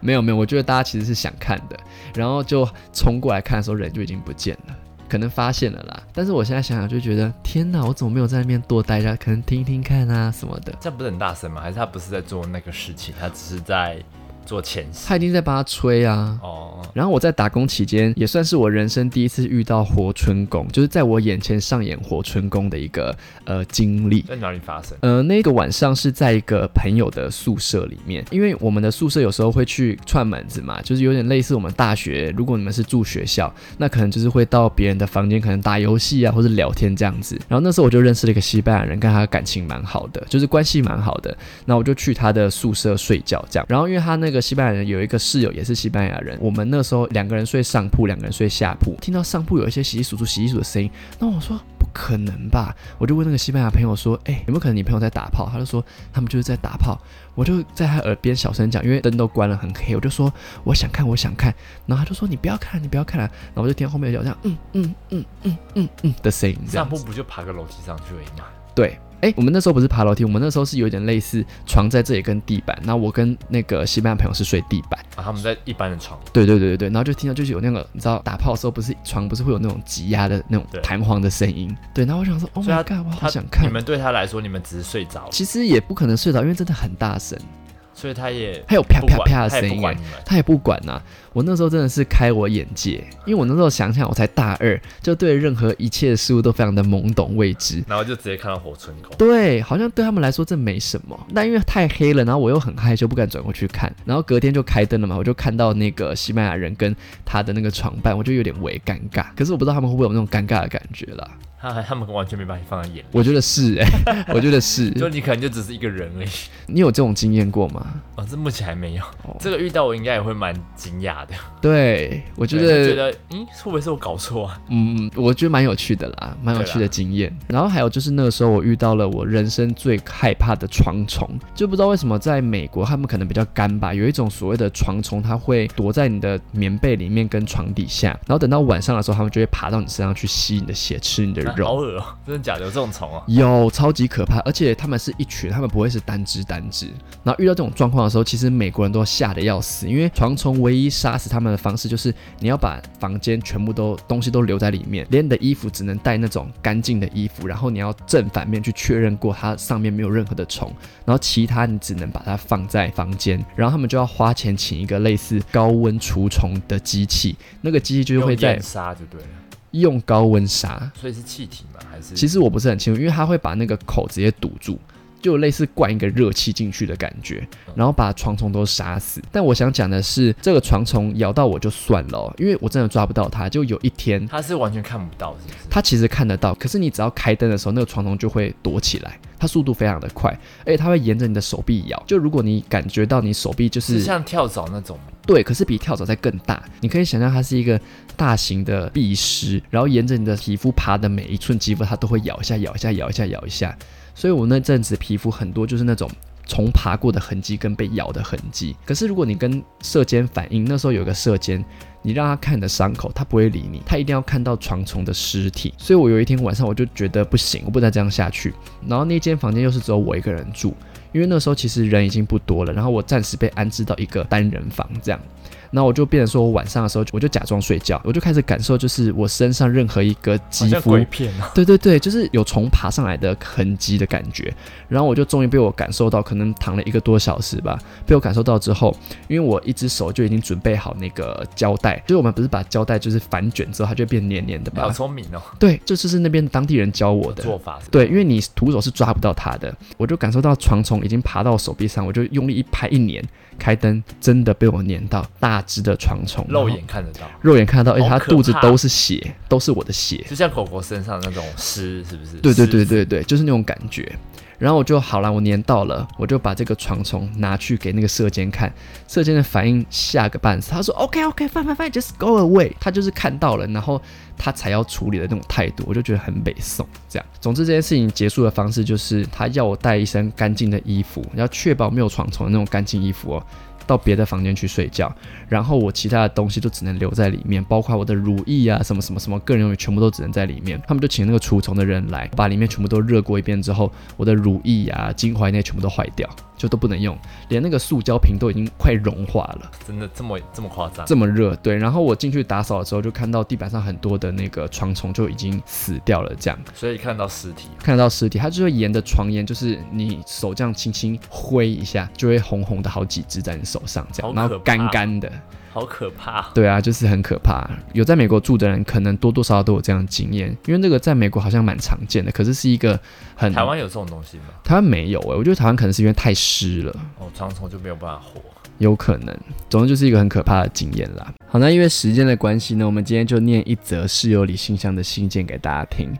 [SPEAKER 1] 没有没有，我觉得大家其实是想看的，然后就冲过来看的时候，人就已经不见了。可能发现了啦，但是我现在想想就觉得，天哪，我怎么没有在那边多待一下，可能听听看啊什么的。
[SPEAKER 2] 这样不是很大声吗？还是他不是在做那个事情，他只是在做前戏？
[SPEAKER 1] 他一定在帮他吹啊。
[SPEAKER 2] 哦，
[SPEAKER 1] 然后我在打工期间，也算是我人生第一次遇到活春宫，就是在我眼前上演活春宫的一个呃经历。
[SPEAKER 2] 在哪里发生？
[SPEAKER 1] 呃，那个晚上是在一个朋友的宿舍里面，因为我们的宿舍有时候会去串门子嘛，就是有点类似我们大学，如果你们是住学校，那可能就是会到别人的房间，可能打游戏啊，或者聊天这样子。然后那时候我就认识了一个西班牙人，跟他感情蛮好的，就是关系蛮好的。那我就去他的宿舍睡觉这样。然后因为他那个西班牙人有一个室友也是西班牙人，我们那时候两个人睡上铺，两个人睡下铺，听到上铺有一些洗洗簌簌、洗洗簌的声音，那我说不可能吧，我就问那个西班牙朋友说，哎、有没有可能你朋友在打炮？他就说他们就是在打炮。我就在他耳边小声讲，因为灯都关了，很黑。我就说我想看，我想看。然后他就说你不要看，你不要看啊。然后我就听到后面有这样嗯嗯嗯嗯嗯嗯的声音，这样
[SPEAKER 2] 上。铺不就爬个楼梯上去而已吗？
[SPEAKER 1] 对，哎，我们那时候不是爬楼梯，我们那时候是有点类似床在这里跟地板，那我跟那个西班牙朋友是睡地板。
[SPEAKER 2] 啊，他们在一般的床，
[SPEAKER 1] 对对对对对，然后就听到就是有那个你知道打炮的时候不是床不是会有那种挤压的那种
[SPEAKER 2] 对
[SPEAKER 1] 弹簧的声音，对，然后我想说，Oh
[SPEAKER 2] 所以
[SPEAKER 1] my
[SPEAKER 2] 他
[SPEAKER 1] god，我好
[SPEAKER 2] 他
[SPEAKER 1] 想看
[SPEAKER 2] 你。们对他来说，你们只是睡着了，
[SPEAKER 1] 其实也不可能睡着，因为真的很大声，
[SPEAKER 2] 所以他也
[SPEAKER 1] 还有啪
[SPEAKER 2] 不
[SPEAKER 1] 啪
[SPEAKER 2] 管
[SPEAKER 1] 啪的
[SPEAKER 2] 他也
[SPEAKER 1] 声
[SPEAKER 2] 不
[SPEAKER 1] 音
[SPEAKER 2] 管
[SPEAKER 1] 欸。
[SPEAKER 2] 你们。
[SPEAKER 1] 他也不管呐、我那时候真的是开我眼界，因为我那时候想想，我才大二，就对任何一切事物都非常的懵懂未知。
[SPEAKER 2] 然后就直接看到火春宫，
[SPEAKER 1] 对，好像对他们来说这没什么。但因为太黑了，然后我又很害羞，不敢转过去看。然后隔天就开灯了嘛，我就看到那个西班牙人跟他的那个床伴，我就有点微尴尬。可是我不知道他们会不会有那种尴尬的感觉啦。
[SPEAKER 2] 他他们完全没把你放在眼里，
[SPEAKER 1] 我觉得是哎、我觉得是。
[SPEAKER 2] 就你可能就只是一个人而已。
[SPEAKER 1] 你有这种经验过吗？
[SPEAKER 2] 哦，这目前还没有
[SPEAKER 1] 哦，
[SPEAKER 2] 这个遇到我应该也会蛮惊讶的，
[SPEAKER 1] 对，我觉
[SPEAKER 2] 对
[SPEAKER 1] 得，
[SPEAKER 2] 就觉得嗯，会不会是我搞错啊？
[SPEAKER 1] 嗯，我觉得蛮有趣的啦，蛮有趣的经验。然后还有就是那个时候我遇到了我人生最害怕的床虫，就不知道为什么在美国他们可能比较干吧，有一种所谓的床虫，它会躲在你的棉被里面跟床底下，然后等到晚上的时候，它们就会爬到你身上去吸你的血，吃你的
[SPEAKER 2] 啊好
[SPEAKER 1] 肉。
[SPEAKER 2] 恶哦，真的假的？有这种虫啊？
[SPEAKER 1] 有超级可怕，而且他们是一群，他们不会是单只单只。然后遇到这种状况的时候，其实美国人都吓得要死，因为床虫唯一杀死他们的方式就是你要把房间全部都东西都留在里面，连你的衣服只能带那种干净的衣服，然后你要正反面去确认过它上面没有任何的虫，然后其他你只能把它放在房间，然后他们就要花钱请一个类似高温除虫的机器，那个机器就
[SPEAKER 2] 用
[SPEAKER 1] 会在
[SPEAKER 2] 燕杀就对了，
[SPEAKER 1] 用高温杀，
[SPEAKER 2] 所以是气体吗？还是
[SPEAKER 1] 其实我不是很清楚，因为它会把那个口直接堵住，就类似灌一个热气进去的感觉，然后把床虫都杀死。但我想讲的是，这个床虫咬到我就算了哦，因为我真的抓不到它。就有一天，
[SPEAKER 2] 他是完全看不到，是不是？
[SPEAKER 1] 它其实看得到，可是你只要开灯的时候，那个床虫就会躲起来，它速度非常的快，而且它会沿着你的手臂咬。就如果你感觉到你手臂就是是
[SPEAKER 2] 像跳蚤那种吗？
[SPEAKER 1] 对，可是比跳蚤再更大，你可以想象它是一个大型的壁虱，然后沿着你的皮肤爬的每一寸肌肤，它都会咬一下、咬一下、咬一下、咬一下。所以我那阵子皮肤很多就是那种虫爬过的痕迹跟被咬的痕迹。可是如果你跟射监反映，那时候有个射监，你让他看你的伤口，他不会理你，他一定要看到床虫的尸体。所以我有一天晚上我就觉得不行，我不能这样下去。然后那间房间又是只有我一个人住，因为那时候其实人已经不多了，然后我暂时被安置到一个单人房这样。然后我就变成说，我晚上的时候我就假装睡觉，我就开始感受，就是我身上任何一个
[SPEAKER 2] 好
[SPEAKER 1] 肌
[SPEAKER 2] 像
[SPEAKER 1] 肤
[SPEAKER 2] 鬼片 啊！
[SPEAKER 1] 对对对，就是有虫爬上来的痕迹的感觉。然后我就终于被我感受到，可能躺了一个多小时吧，被我感受到之后，因为我一只手就已经准备好那个胶带，就是我们不是把胶带就是反卷之后，它就会变黏黏的
[SPEAKER 2] 好
[SPEAKER 1] 嘛。
[SPEAKER 2] 聪明哦，
[SPEAKER 1] 对，这就是那边当地人教我的。
[SPEAKER 2] 做法是
[SPEAKER 1] 对，因为你徒手是抓不到它的，我就感受到床虫已经爬到我手臂上，我就用力一拍一粘，开灯真的被我粘到大只的床虫，
[SPEAKER 2] 肉眼看得到，
[SPEAKER 1] 肉眼看得到，而且它
[SPEAKER 2] 好可
[SPEAKER 1] 肚子
[SPEAKER 2] 怕
[SPEAKER 1] 都是血，都是我的血。
[SPEAKER 2] 就像狗狗身上那种虱，是不是？
[SPEAKER 1] 对对对
[SPEAKER 2] 虱子，
[SPEAKER 1] 对对，就是那种感觉。然后我就好了，我年到了，我就把这个床虫拿去给那个射监看，射监的反应吓个半死，他说 OK OK fine fine fine just go away，他就是看到了，然后他才要处理的那种态度，我就觉得很北宋这样。总之这件事情结束的方式就是他要我带一身干净的衣服，要确保没有床虫的那种干净衣服哦，到别的房间去睡觉，然后我其他的东西就只能留在里面，包括我的乳液啊，什么什么什么，个人用品全部都只能在里面。他们就请那个除虫的人来，把里面全部都热过一遍之后，我的乳液啊、精华那些全部都坏掉，就都不能用，连那个塑胶瓶都已经快融化了，
[SPEAKER 2] 真的这么这么夸张？
[SPEAKER 1] 这么热。对，然后我进去打扫的时候，就看到地板上很多的那个床虫就已经死掉了，这样。
[SPEAKER 2] 所以看到尸体，
[SPEAKER 1] 看得到尸体，它就会沿着床沿，就是你手这样轻轻挥一下，就会红红的好几只在你手上，这样，
[SPEAKER 2] 好
[SPEAKER 1] 然后
[SPEAKER 2] 可怕
[SPEAKER 1] 干干的，
[SPEAKER 2] 好可怕！
[SPEAKER 1] 对啊，就是很可怕。有在美国住的人，可能多多少少都有这样的经验，因为这个在美国好像蛮常见的，可是是一个很
[SPEAKER 2] 台湾有这种东西吗？
[SPEAKER 1] 台湾没有诶、欸我觉得台湾可能是因为太湿了。
[SPEAKER 2] 哦，床虫就没有办法活。
[SPEAKER 1] 有可能，总之就是一个很可怕的经验啦。好，那因为时间的关系呢，我们今天就念一则室友里信箱的信件给大家听。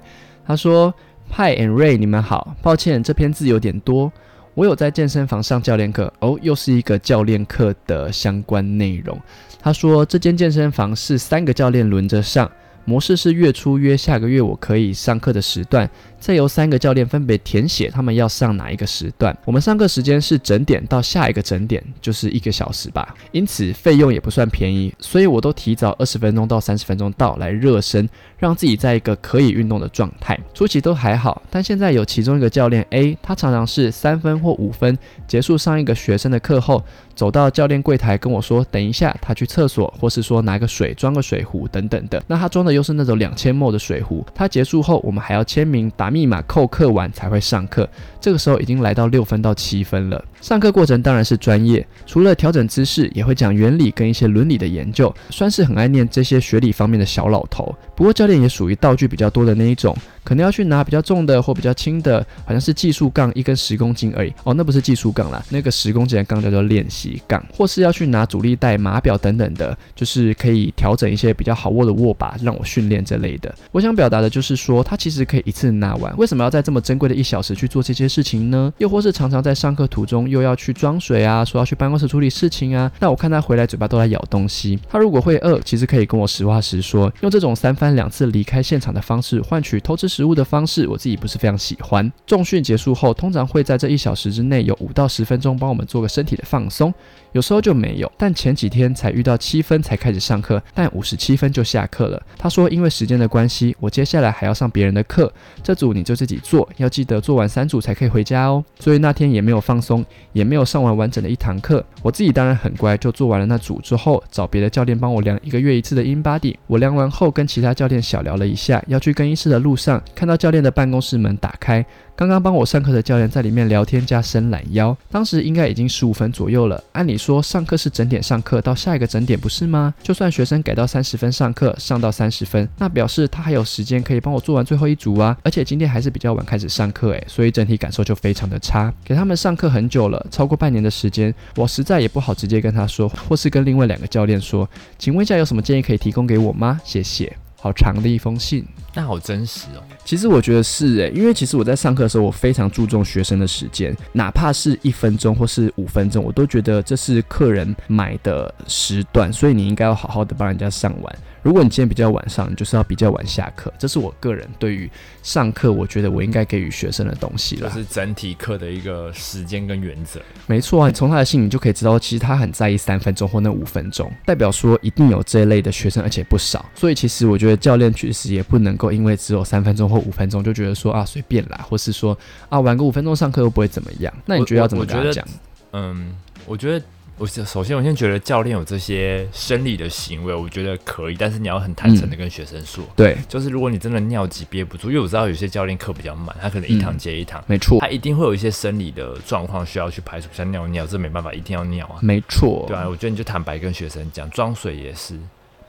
[SPEAKER 1] 他说：“Hi and Ray，你们好，抱歉这篇字有点多。我有在健身房上教练课，哦，又是一个教练课的相关内容。他说这间健身房是三个教练轮着上。”模式是月初约下个月我可以上课的时段，再由三个教练分别填写他们要上哪一个时段。我们上课时间是整点到下一个整点，就是一个小时吧，因此费用也不算便宜，所以我都提早二十分钟到三十分钟到来热身，让自己在一个可以运动的状态。初期都还好，但现在有其中一个教练 A，他常常是三分或五分结束上一个学生的课后，走到教练柜台跟我说，等一下他去厕所，或是说拿个水装个水壶等等的。那他装的又是那种两千 ml 的水壶。他结束后，我们还要签名、打密码、扣课完才会上课。这个时候已经来到六分到七分了。上课过程当然是专业，除了调整姿势，也会讲原理跟一些伦理的研究，算是很爱念这些学理方面的小老头。不过教练也属于道具比较多的那一种，可能要去拿比较重的或比较轻的，好像是技术杠一根十公斤而已。哦，那不是技术杠啦，那个十公斤的杠叫做练习杠，或是要去拿阻力带、码表等等的，就是可以调整一些比较好握的握把，让我训练这类的。我想表达的就是说，它其实可以一次拿完，为什么要在这么珍贵的一小时去做这些事情呢？又或是常常在上课途中又要去装水啊，说要去办公室处理事情啊，那我看他回来嘴巴都在咬东西。他如果会饿，其实可以跟我实话实说，用这种三番两次离开现场的方式换取偷吃食物的方式，我自己不是非常喜欢。重训结束后，通常会在这一小时之内有五到十分钟帮我们做个身体的放松，有时候就没有。但前几天才遇到七分才开始上课，但五十七分就下课了。他说因为时间的关系，我接下来还要上别人的课，这组你就自己做，要记得做完三组才可以回家哦。所以那天也没有放松，也没有上完完整的一堂课。我自己当然很乖，就做完了那组之后，找别的教练帮我量一个月一次的 in body。我量完后跟其他教练小聊了一下，要去更衣室的路上，看到教练的办公室门打开，刚刚帮我上课的教练在里面聊天加伸懒腰，当时应该已经十五分左右了。按理说上课是整点上课到下一个整点，不是吗？就算学生改到三十分上课，上到三十分，那表示他还有时间可以帮我做完最后一组啊。而且今天还是比较晚开始上课，诶，所以整体感受就非常的差。给他们上课很久了，超过半年的时间，我实在也不好直接跟他说，或是跟另外两个教练说，请问一下有什么建议可以提供给我吗？谢谢。好长的一封信。
[SPEAKER 2] 那好真实哦。
[SPEAKER 1] 其实我觉得是诶，因为其实我在上课的时候，我非常注重学生的时间，哪怕是一分钟或是五分钟，我都觉得这是客人买的时段，所以你应该要好好的帮人家上完。如果你今天比较晚上，你就是要比较晚下课，这是我个人对于上课，我觉得我应该给予学生的东西
[SPEAKER 2] 就
[SPEAKER 1] 啦。
[SPEAKER 2] 是整体课的一个时间跟原则。
[SPEAKER 1] 没错啊，你从他的信你就可以知道，其实他很在意三分钟或那五分钟，代表说一定有这一类的学生，而且不少。所以其实我觉得教练确实也不能够因为只有三分钟或五分钟就觉得说啊随便啦，或是说啊玩个五分钟上课又不会怎么样。那你觉得要怎么跟
[SPEAKER 2] 我
[SPEAKER 1] 他
[SPEAKER 2] 我
[SPEAKER 1] 讲？
[SPEAKER 2] 嗯，我觉得我首首先我先觉得教练有这些生理的行为，我觉得可以，但是你要很坦
[SPEAKER 1] 嗯
[SPEAKER 2] 诚的跟学生说，
[SPEAKER 1] 对，
[SPEAKER 2] 就是如果你真的尿急憋不住，因为我知道有些教练课比较慢，他可能一堂
[SPEAKER 1] 嗯
[SPEAKER 2] 接一堂，
[SPEAKER 1] 没错
[SPEAKER 2] 他，一定会有一些生理的状况需要去排除，像尿尿，这没办法，一定要尿啊。
[SPEAKER 1] 没错，
[SPEAKER 2] 对啊，我觉得你就坦白跟学生讲，装水也是。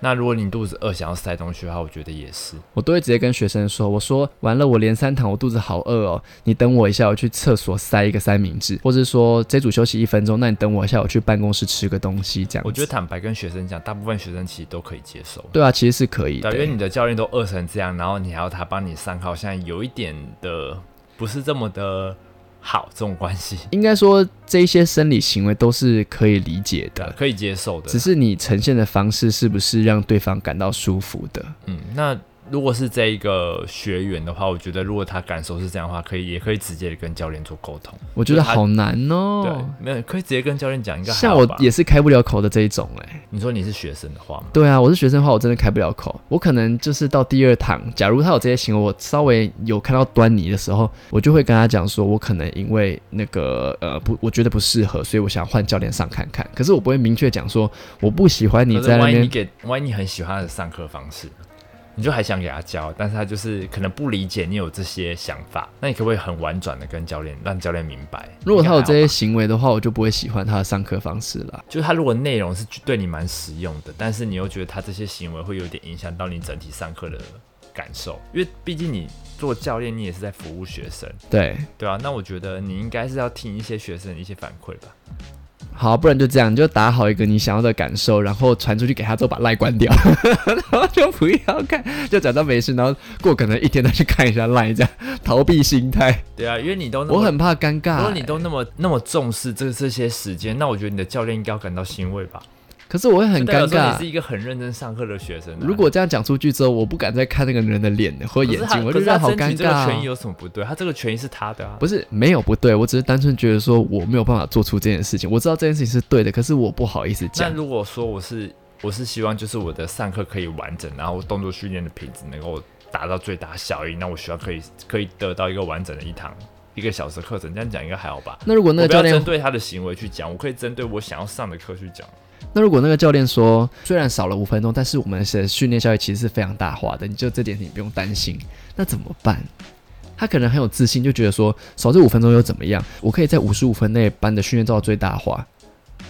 [SPEAKER 2] 那如果你肚子饿想要塞东西的话，我觉得也是。
[SPEAKER 1] 我都会直接跟学生说，我说完了，我连三堂，我肚子好饿哦，你等我一下，我去厕所塞一个三明治，或者说这组休息一分钟，那你等我一下，我去办公室吃个东西，这样子。
[SPEAKER 2] 我觉得坦白跟学生讲，大部分学生其实都可以接受。
[SPEAKER 1] 对啊，其实是可以的
[SPEAKER 2] 对啊，因。为你的教练都饿成这样，然后你还要他帮你上课，好像有一点的不是这么的好这种关系，
[SPEAKER 1] 应该说这一些生理行为都是可以理解
[SPEAKER 2] 对啊
[SPEAKER 1] 的，，
[SPEAKER 2] 可以接受的。
[SPEAKER 1] 只是你呈现的方式是不是让对方感到舒服的？
[SPEAKER 2] 嗯，那如果是这一个学员的话，我觉得如果他感受是这样的话，可以也可以直接地跟教练做沟通。
[SPEAKER 1] 我觉得
[SPEAKER 2] 就他
[SPEAKER 1] 好难哦。
[SPEAKER 2] 对，没有可以直接跟教练讲，应该还
[SPEAKER 1] 像
[SPEAKER 2] 好
[SPEAKER 1] 我
[SPEAKER 2] 吧
[SPEAKER 1] 也是开不了口的这一种哎、
[SPEAKER 2] 你说你是学生的话嘛，
[SPEAKER 1] 对啊，我是学生的话，我真的开不了口。我可能就是到第二堂，假如他有这些行为，我稍微有看到端倪的时候，我就会跟他讲说，我可能因为那个呃不，我觉得不适合，所以我想换教练上看看。可是我不会明确讲说我不喜欢你
[SPEAKER 2] 可是
[SPEAKER 1] 在那
[SPEAKER 2] 万一
[SPEAKER 1] 边
[SPEAKER 2] 你给万一你很喜欢他的上课方式，你就还想给他教，但是他就是可能不理解你有这些想法，那你可不可以很婉转的跟教练让教练明白？
[SPEAKER 1] 如果他有
[SPEAKER 2] 应该
[SPEAKER 1] 这
[SPEAKER 2] 还好
[SPEAKER 1] 些
[SPEAKER 2] 吧，
[SPEAKER 1] 行为的话，我就不会喜欢他的上课方式了。
[SPEAKER 2] 就是他如果内容是对你蛮实用的，但是你又觉得他这些行为会有点影响到你整体上课的感受，因为毕竟你做教练，你也是在服务学生，
[SPEAKER 1] 对，
[SPEAKER 2] 对啊，那我觉得你应该是要听一些学生的一些反馈吧。
[SPEAKER 1] 好，不然就这样，你就打好一个你想要的感受，然后传出去给他之后把赖关掉， 然后就不要看，就假装没事，然后过可能一天再去看一下赖，这样逃避心态。
[SPEAKER 2] 对啊，因为你都那
[SPEAKER 1] 我
[SPEAKER 2] 么
[SPEAKER 1] 很怕尴尬、
[SPEAKER 2] 如果你都那么那么重视这这些时间，那我觉得你的教练应该要感到欣慰吧。
[SPEAKER 1] 可是我会很
[SPEAKER 2] 就代表
[SPEAKER 1] 尴
[SPEAKER 2] 说你是
[SPEAKER 1] 尬。
[SPEAKER 2] 一个很认真上课的学生啊、
[SPEAKER 1] 如果这样讲出去之后，我不敢再看那个人的脸或
[SPEAKER 2] 可
[SPEAKER 1] 眼
[SPEAKER 2] 是他
[SPEAKER 1] 睛，我
[SPEAKER 2] 可
[SPEAKER 1] 就是觉得
[SPEAKER 2] 他
[SPEAKER 1] 好
[SPEAKER 2] 争
[SPEAKER 1] 尴
[SPEAKER 2] 取这
[SPEAKER 1] 尬
[SPEAKER 2] 个权益
[SPEAKER 1] 啊、
[SPEAKER 2] 有什么不对？他这个权益是他的啊。
[SPEAKER 1] 不是没有不对，我只是单纯觉得说我没有办法做出这件事情。我知道这件事情是对的，可是我不好意思
[SPEAKER 2] 那
[SPEAKER 1] 讲。
[SPEAKER 2] 如果说我是我是希望就是我的上课可以完整，然后动作训练的品质能够达到最大效益，那我希望可以可以得到一个完整的一堂一个小时课程。这样讲应该还好吧？
[SPEAKER 1] 那如果那
[SPEAKER 2] 我
[SPEAKER 1] 个
[SPEAKER 2] 不
[SPEAKER 1] 教
[SPEAKER 2] 要
[SPEAKER 1] 练
[SPEAKER 2] 针对他的行为去讲，我可以针对我想要上的课去讲。
[SPEAKER 1] 那如果那个教练说，虽然少了五分钟，但是我们的训练效益其实是非常大化的，你就这点你不用担心。那怎么办？他可能很有自信，就觉得说少这五分钟又怎么样？我可以在五十五分内把你的训练做到最大化。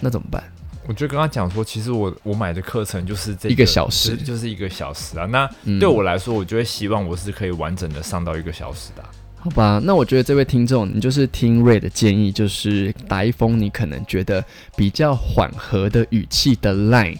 [SPEAKER 1] 那怎么办？
[SPEAKER 2] 我就跟他讲说，其实我我买的课程就是这
[SPEAKER 1] 一个小时
[SPEAKER 2] 就是就是一个小时啊。那
[SPEAKER 1] 嗯
[SPEAKER 2] 对我来说，我就会希望我是可以完整的上到一个小时的啊、
[SPEAKER 1] 好吧，那我觉得这位听众，你就是听瑞的建议，就是打一封你可能觉得比较缓和的语气的 line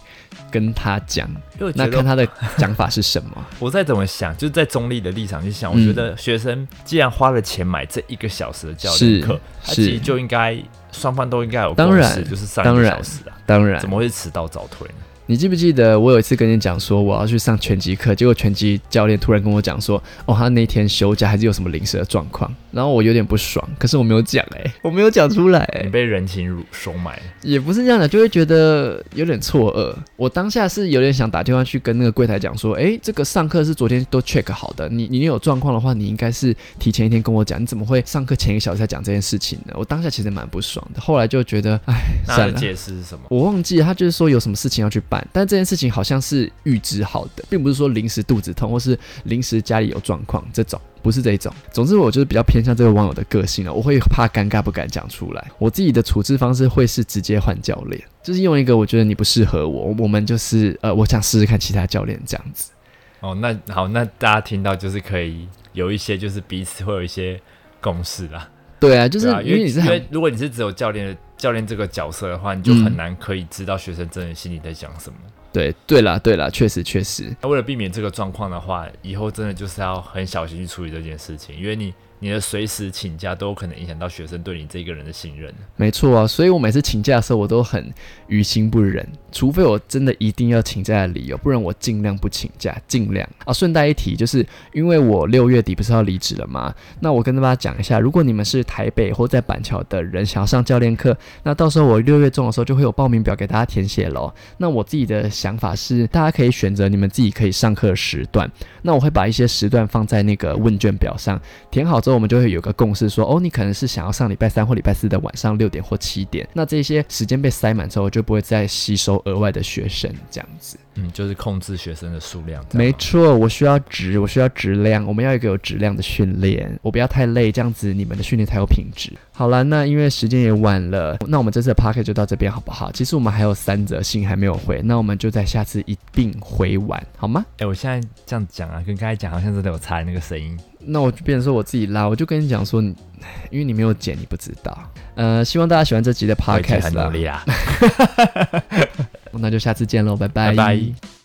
[SPEAKER 1] 跟他讲，
[SPEAKER 2] 因为我
[SPEAKER 1] 那
[SPEAKER 2] 觉
[SPEAKER 1] 看
[SPEAKER 2] 得
[SPEAKER 1] 他的讲法是什么。
[SPEAKER 2] 我再怎么想，就是在中立的立场去想，我
[SPEAKER 1] 嗯
[SPEAKER 2] 觉得学生既然花了钱买这一个小时的教
[SPEAKER 1] 是
[SPEAKER 2] 练课， 他
[SPEAKER 1] 是
[SPEAKER 2] 其实就应该双方都应该有
[SPEAKER 1] 当
[SPEAKER 2] 共
[SPEAKER 1] 然
[SPEAKER 2] 识，就是上
[SPEAKER 1] 当
[SPEAKER 2] 一个
[SPEAKER 1] 然
[SPEAKER 2] 小时啊，
[SPEAKER 1] 当然
[SPEAKER 2] 怎，么会迟到早退呢？
[SPEAKER 1] 你记不记得我有一次跟你讲说我要去上拳击课，结果拳击教练突然跟我讲说，哦，他那天休假还是有什么临时的状况，然后我有点不爽，可是我没有讲哎、我没有讲出来、
[SPEAKER 2] 你
[SPEAKER 1] 欸，
[SPEAKER 2] 被人情辱收买，
[SPEAKER 1] 也不是这样的，就会觉得有点错愕。我当下是有点想打电话去跟那个柜台讲说，诶，这个上课是昨天都 check 好的，你你有状况的话，你应该是提前一天跟我讲，你怎么会上课前一个小时才讲这件事情呢？我当下其实蛮不爽的，后来就觉得，哎，
[SPEAKER 2] 那他
[SPEAKER 1] 算
[SPEAKER 2] 的
[SPEAKER 1] 了。
[SPEAKER 2] 解释是什么？
[SPEAKER 1] 我忘记了他就是说有什么事情要去办，但这件事情好像是预知好的，并不是说临时肚子痛或是临时家里有状况这种，不是这一种。总之，我就是比较偏向这位网友的个性了，我会怕尴尬不敢讲出来。我自己的处置方式会是直接换教练，就是用一个我觉得你不适合我，我们就是呃，我想试试看其他教练这样子。
[SPEAKER 2] 哦，那好，那大家听到就是可以有一些就是彼此会有一些共识啦。
[SPEAKER 1] 对啊，就是
[SPEAKER 2] 对啊，
[SPEAKER 1] 因为你是
[SPEAKER 2] 因
[SPEAKER 1] 很嗯
[SPEAKER 2] 为如果你是只有教练的教练这个角色的话，你就很难可以知道学生真的心里在想什么。
[SPEAKER 1] 对对啦对啦，确实确 实，
[SPEAKER 2] 啊那为了 避免这个状况的话，以后真的就是要很小心去处理这件事情，因为你你的随时请假都有可能影响到学生对你这个人的信任。
[SPEAKER 1] 没错啊。所以我每次请假的时候，我都很于心不忍，除非我真的一定要请假的理由，不然我尽量不请假，尽量啊。顺带一提，就是因为我六月底不是要离职了吗？那我跟大家讲一下，如果你们是台北或在板桥的人，想要上教练课，那到时候我六月中的时候就会有报名表给大家填写喽。那我自己的想法是，大家可以选择你们自己可以上课的时段。那我会把一些时段放在那个问卷表上，填好之后，我们就会有个共识说，哦，你可能是想要上礼拜三或礼拜四的晚上六点或七点。那这些时间被塞满之后，就不会再吸收额外的学生这样子。
[SPEAKER 2] 嗯，就是控制学生的数量。这样
[SPEAKER 1] 没
[SPEAKER 2] 吗
[SPEAKER 1] 错，我需要质，我需要质量，我们要一个有质量的训练，我不要太累，这样子你们的训练才有品质。好了，那因为时间也晚了，那我们这次的 p a c k e t 就到这边好不好？其实我们还有三则信还没有回，那我们就在下次一并回完好吗？
[SPEAKER 2] 哎、我现在这样讲啊，跟刚才讲好像真的有差那个声音。
[SPEAKER 1] 那我就变成说我自己拉，我就跟你讲说你，因为你没有剪，你不知道。呃，希望大家喜欢这集的
[SPEAKER 2] 我已经很
[SPEAKER 1] podcast
[SPEAKER 2] 努
[SPEAKER 1] 啦，
[SPEAKER 2] 力啦。
[SPEAKER 1] 那就下次见喽，拜
[SPEAKER 2] 拜拜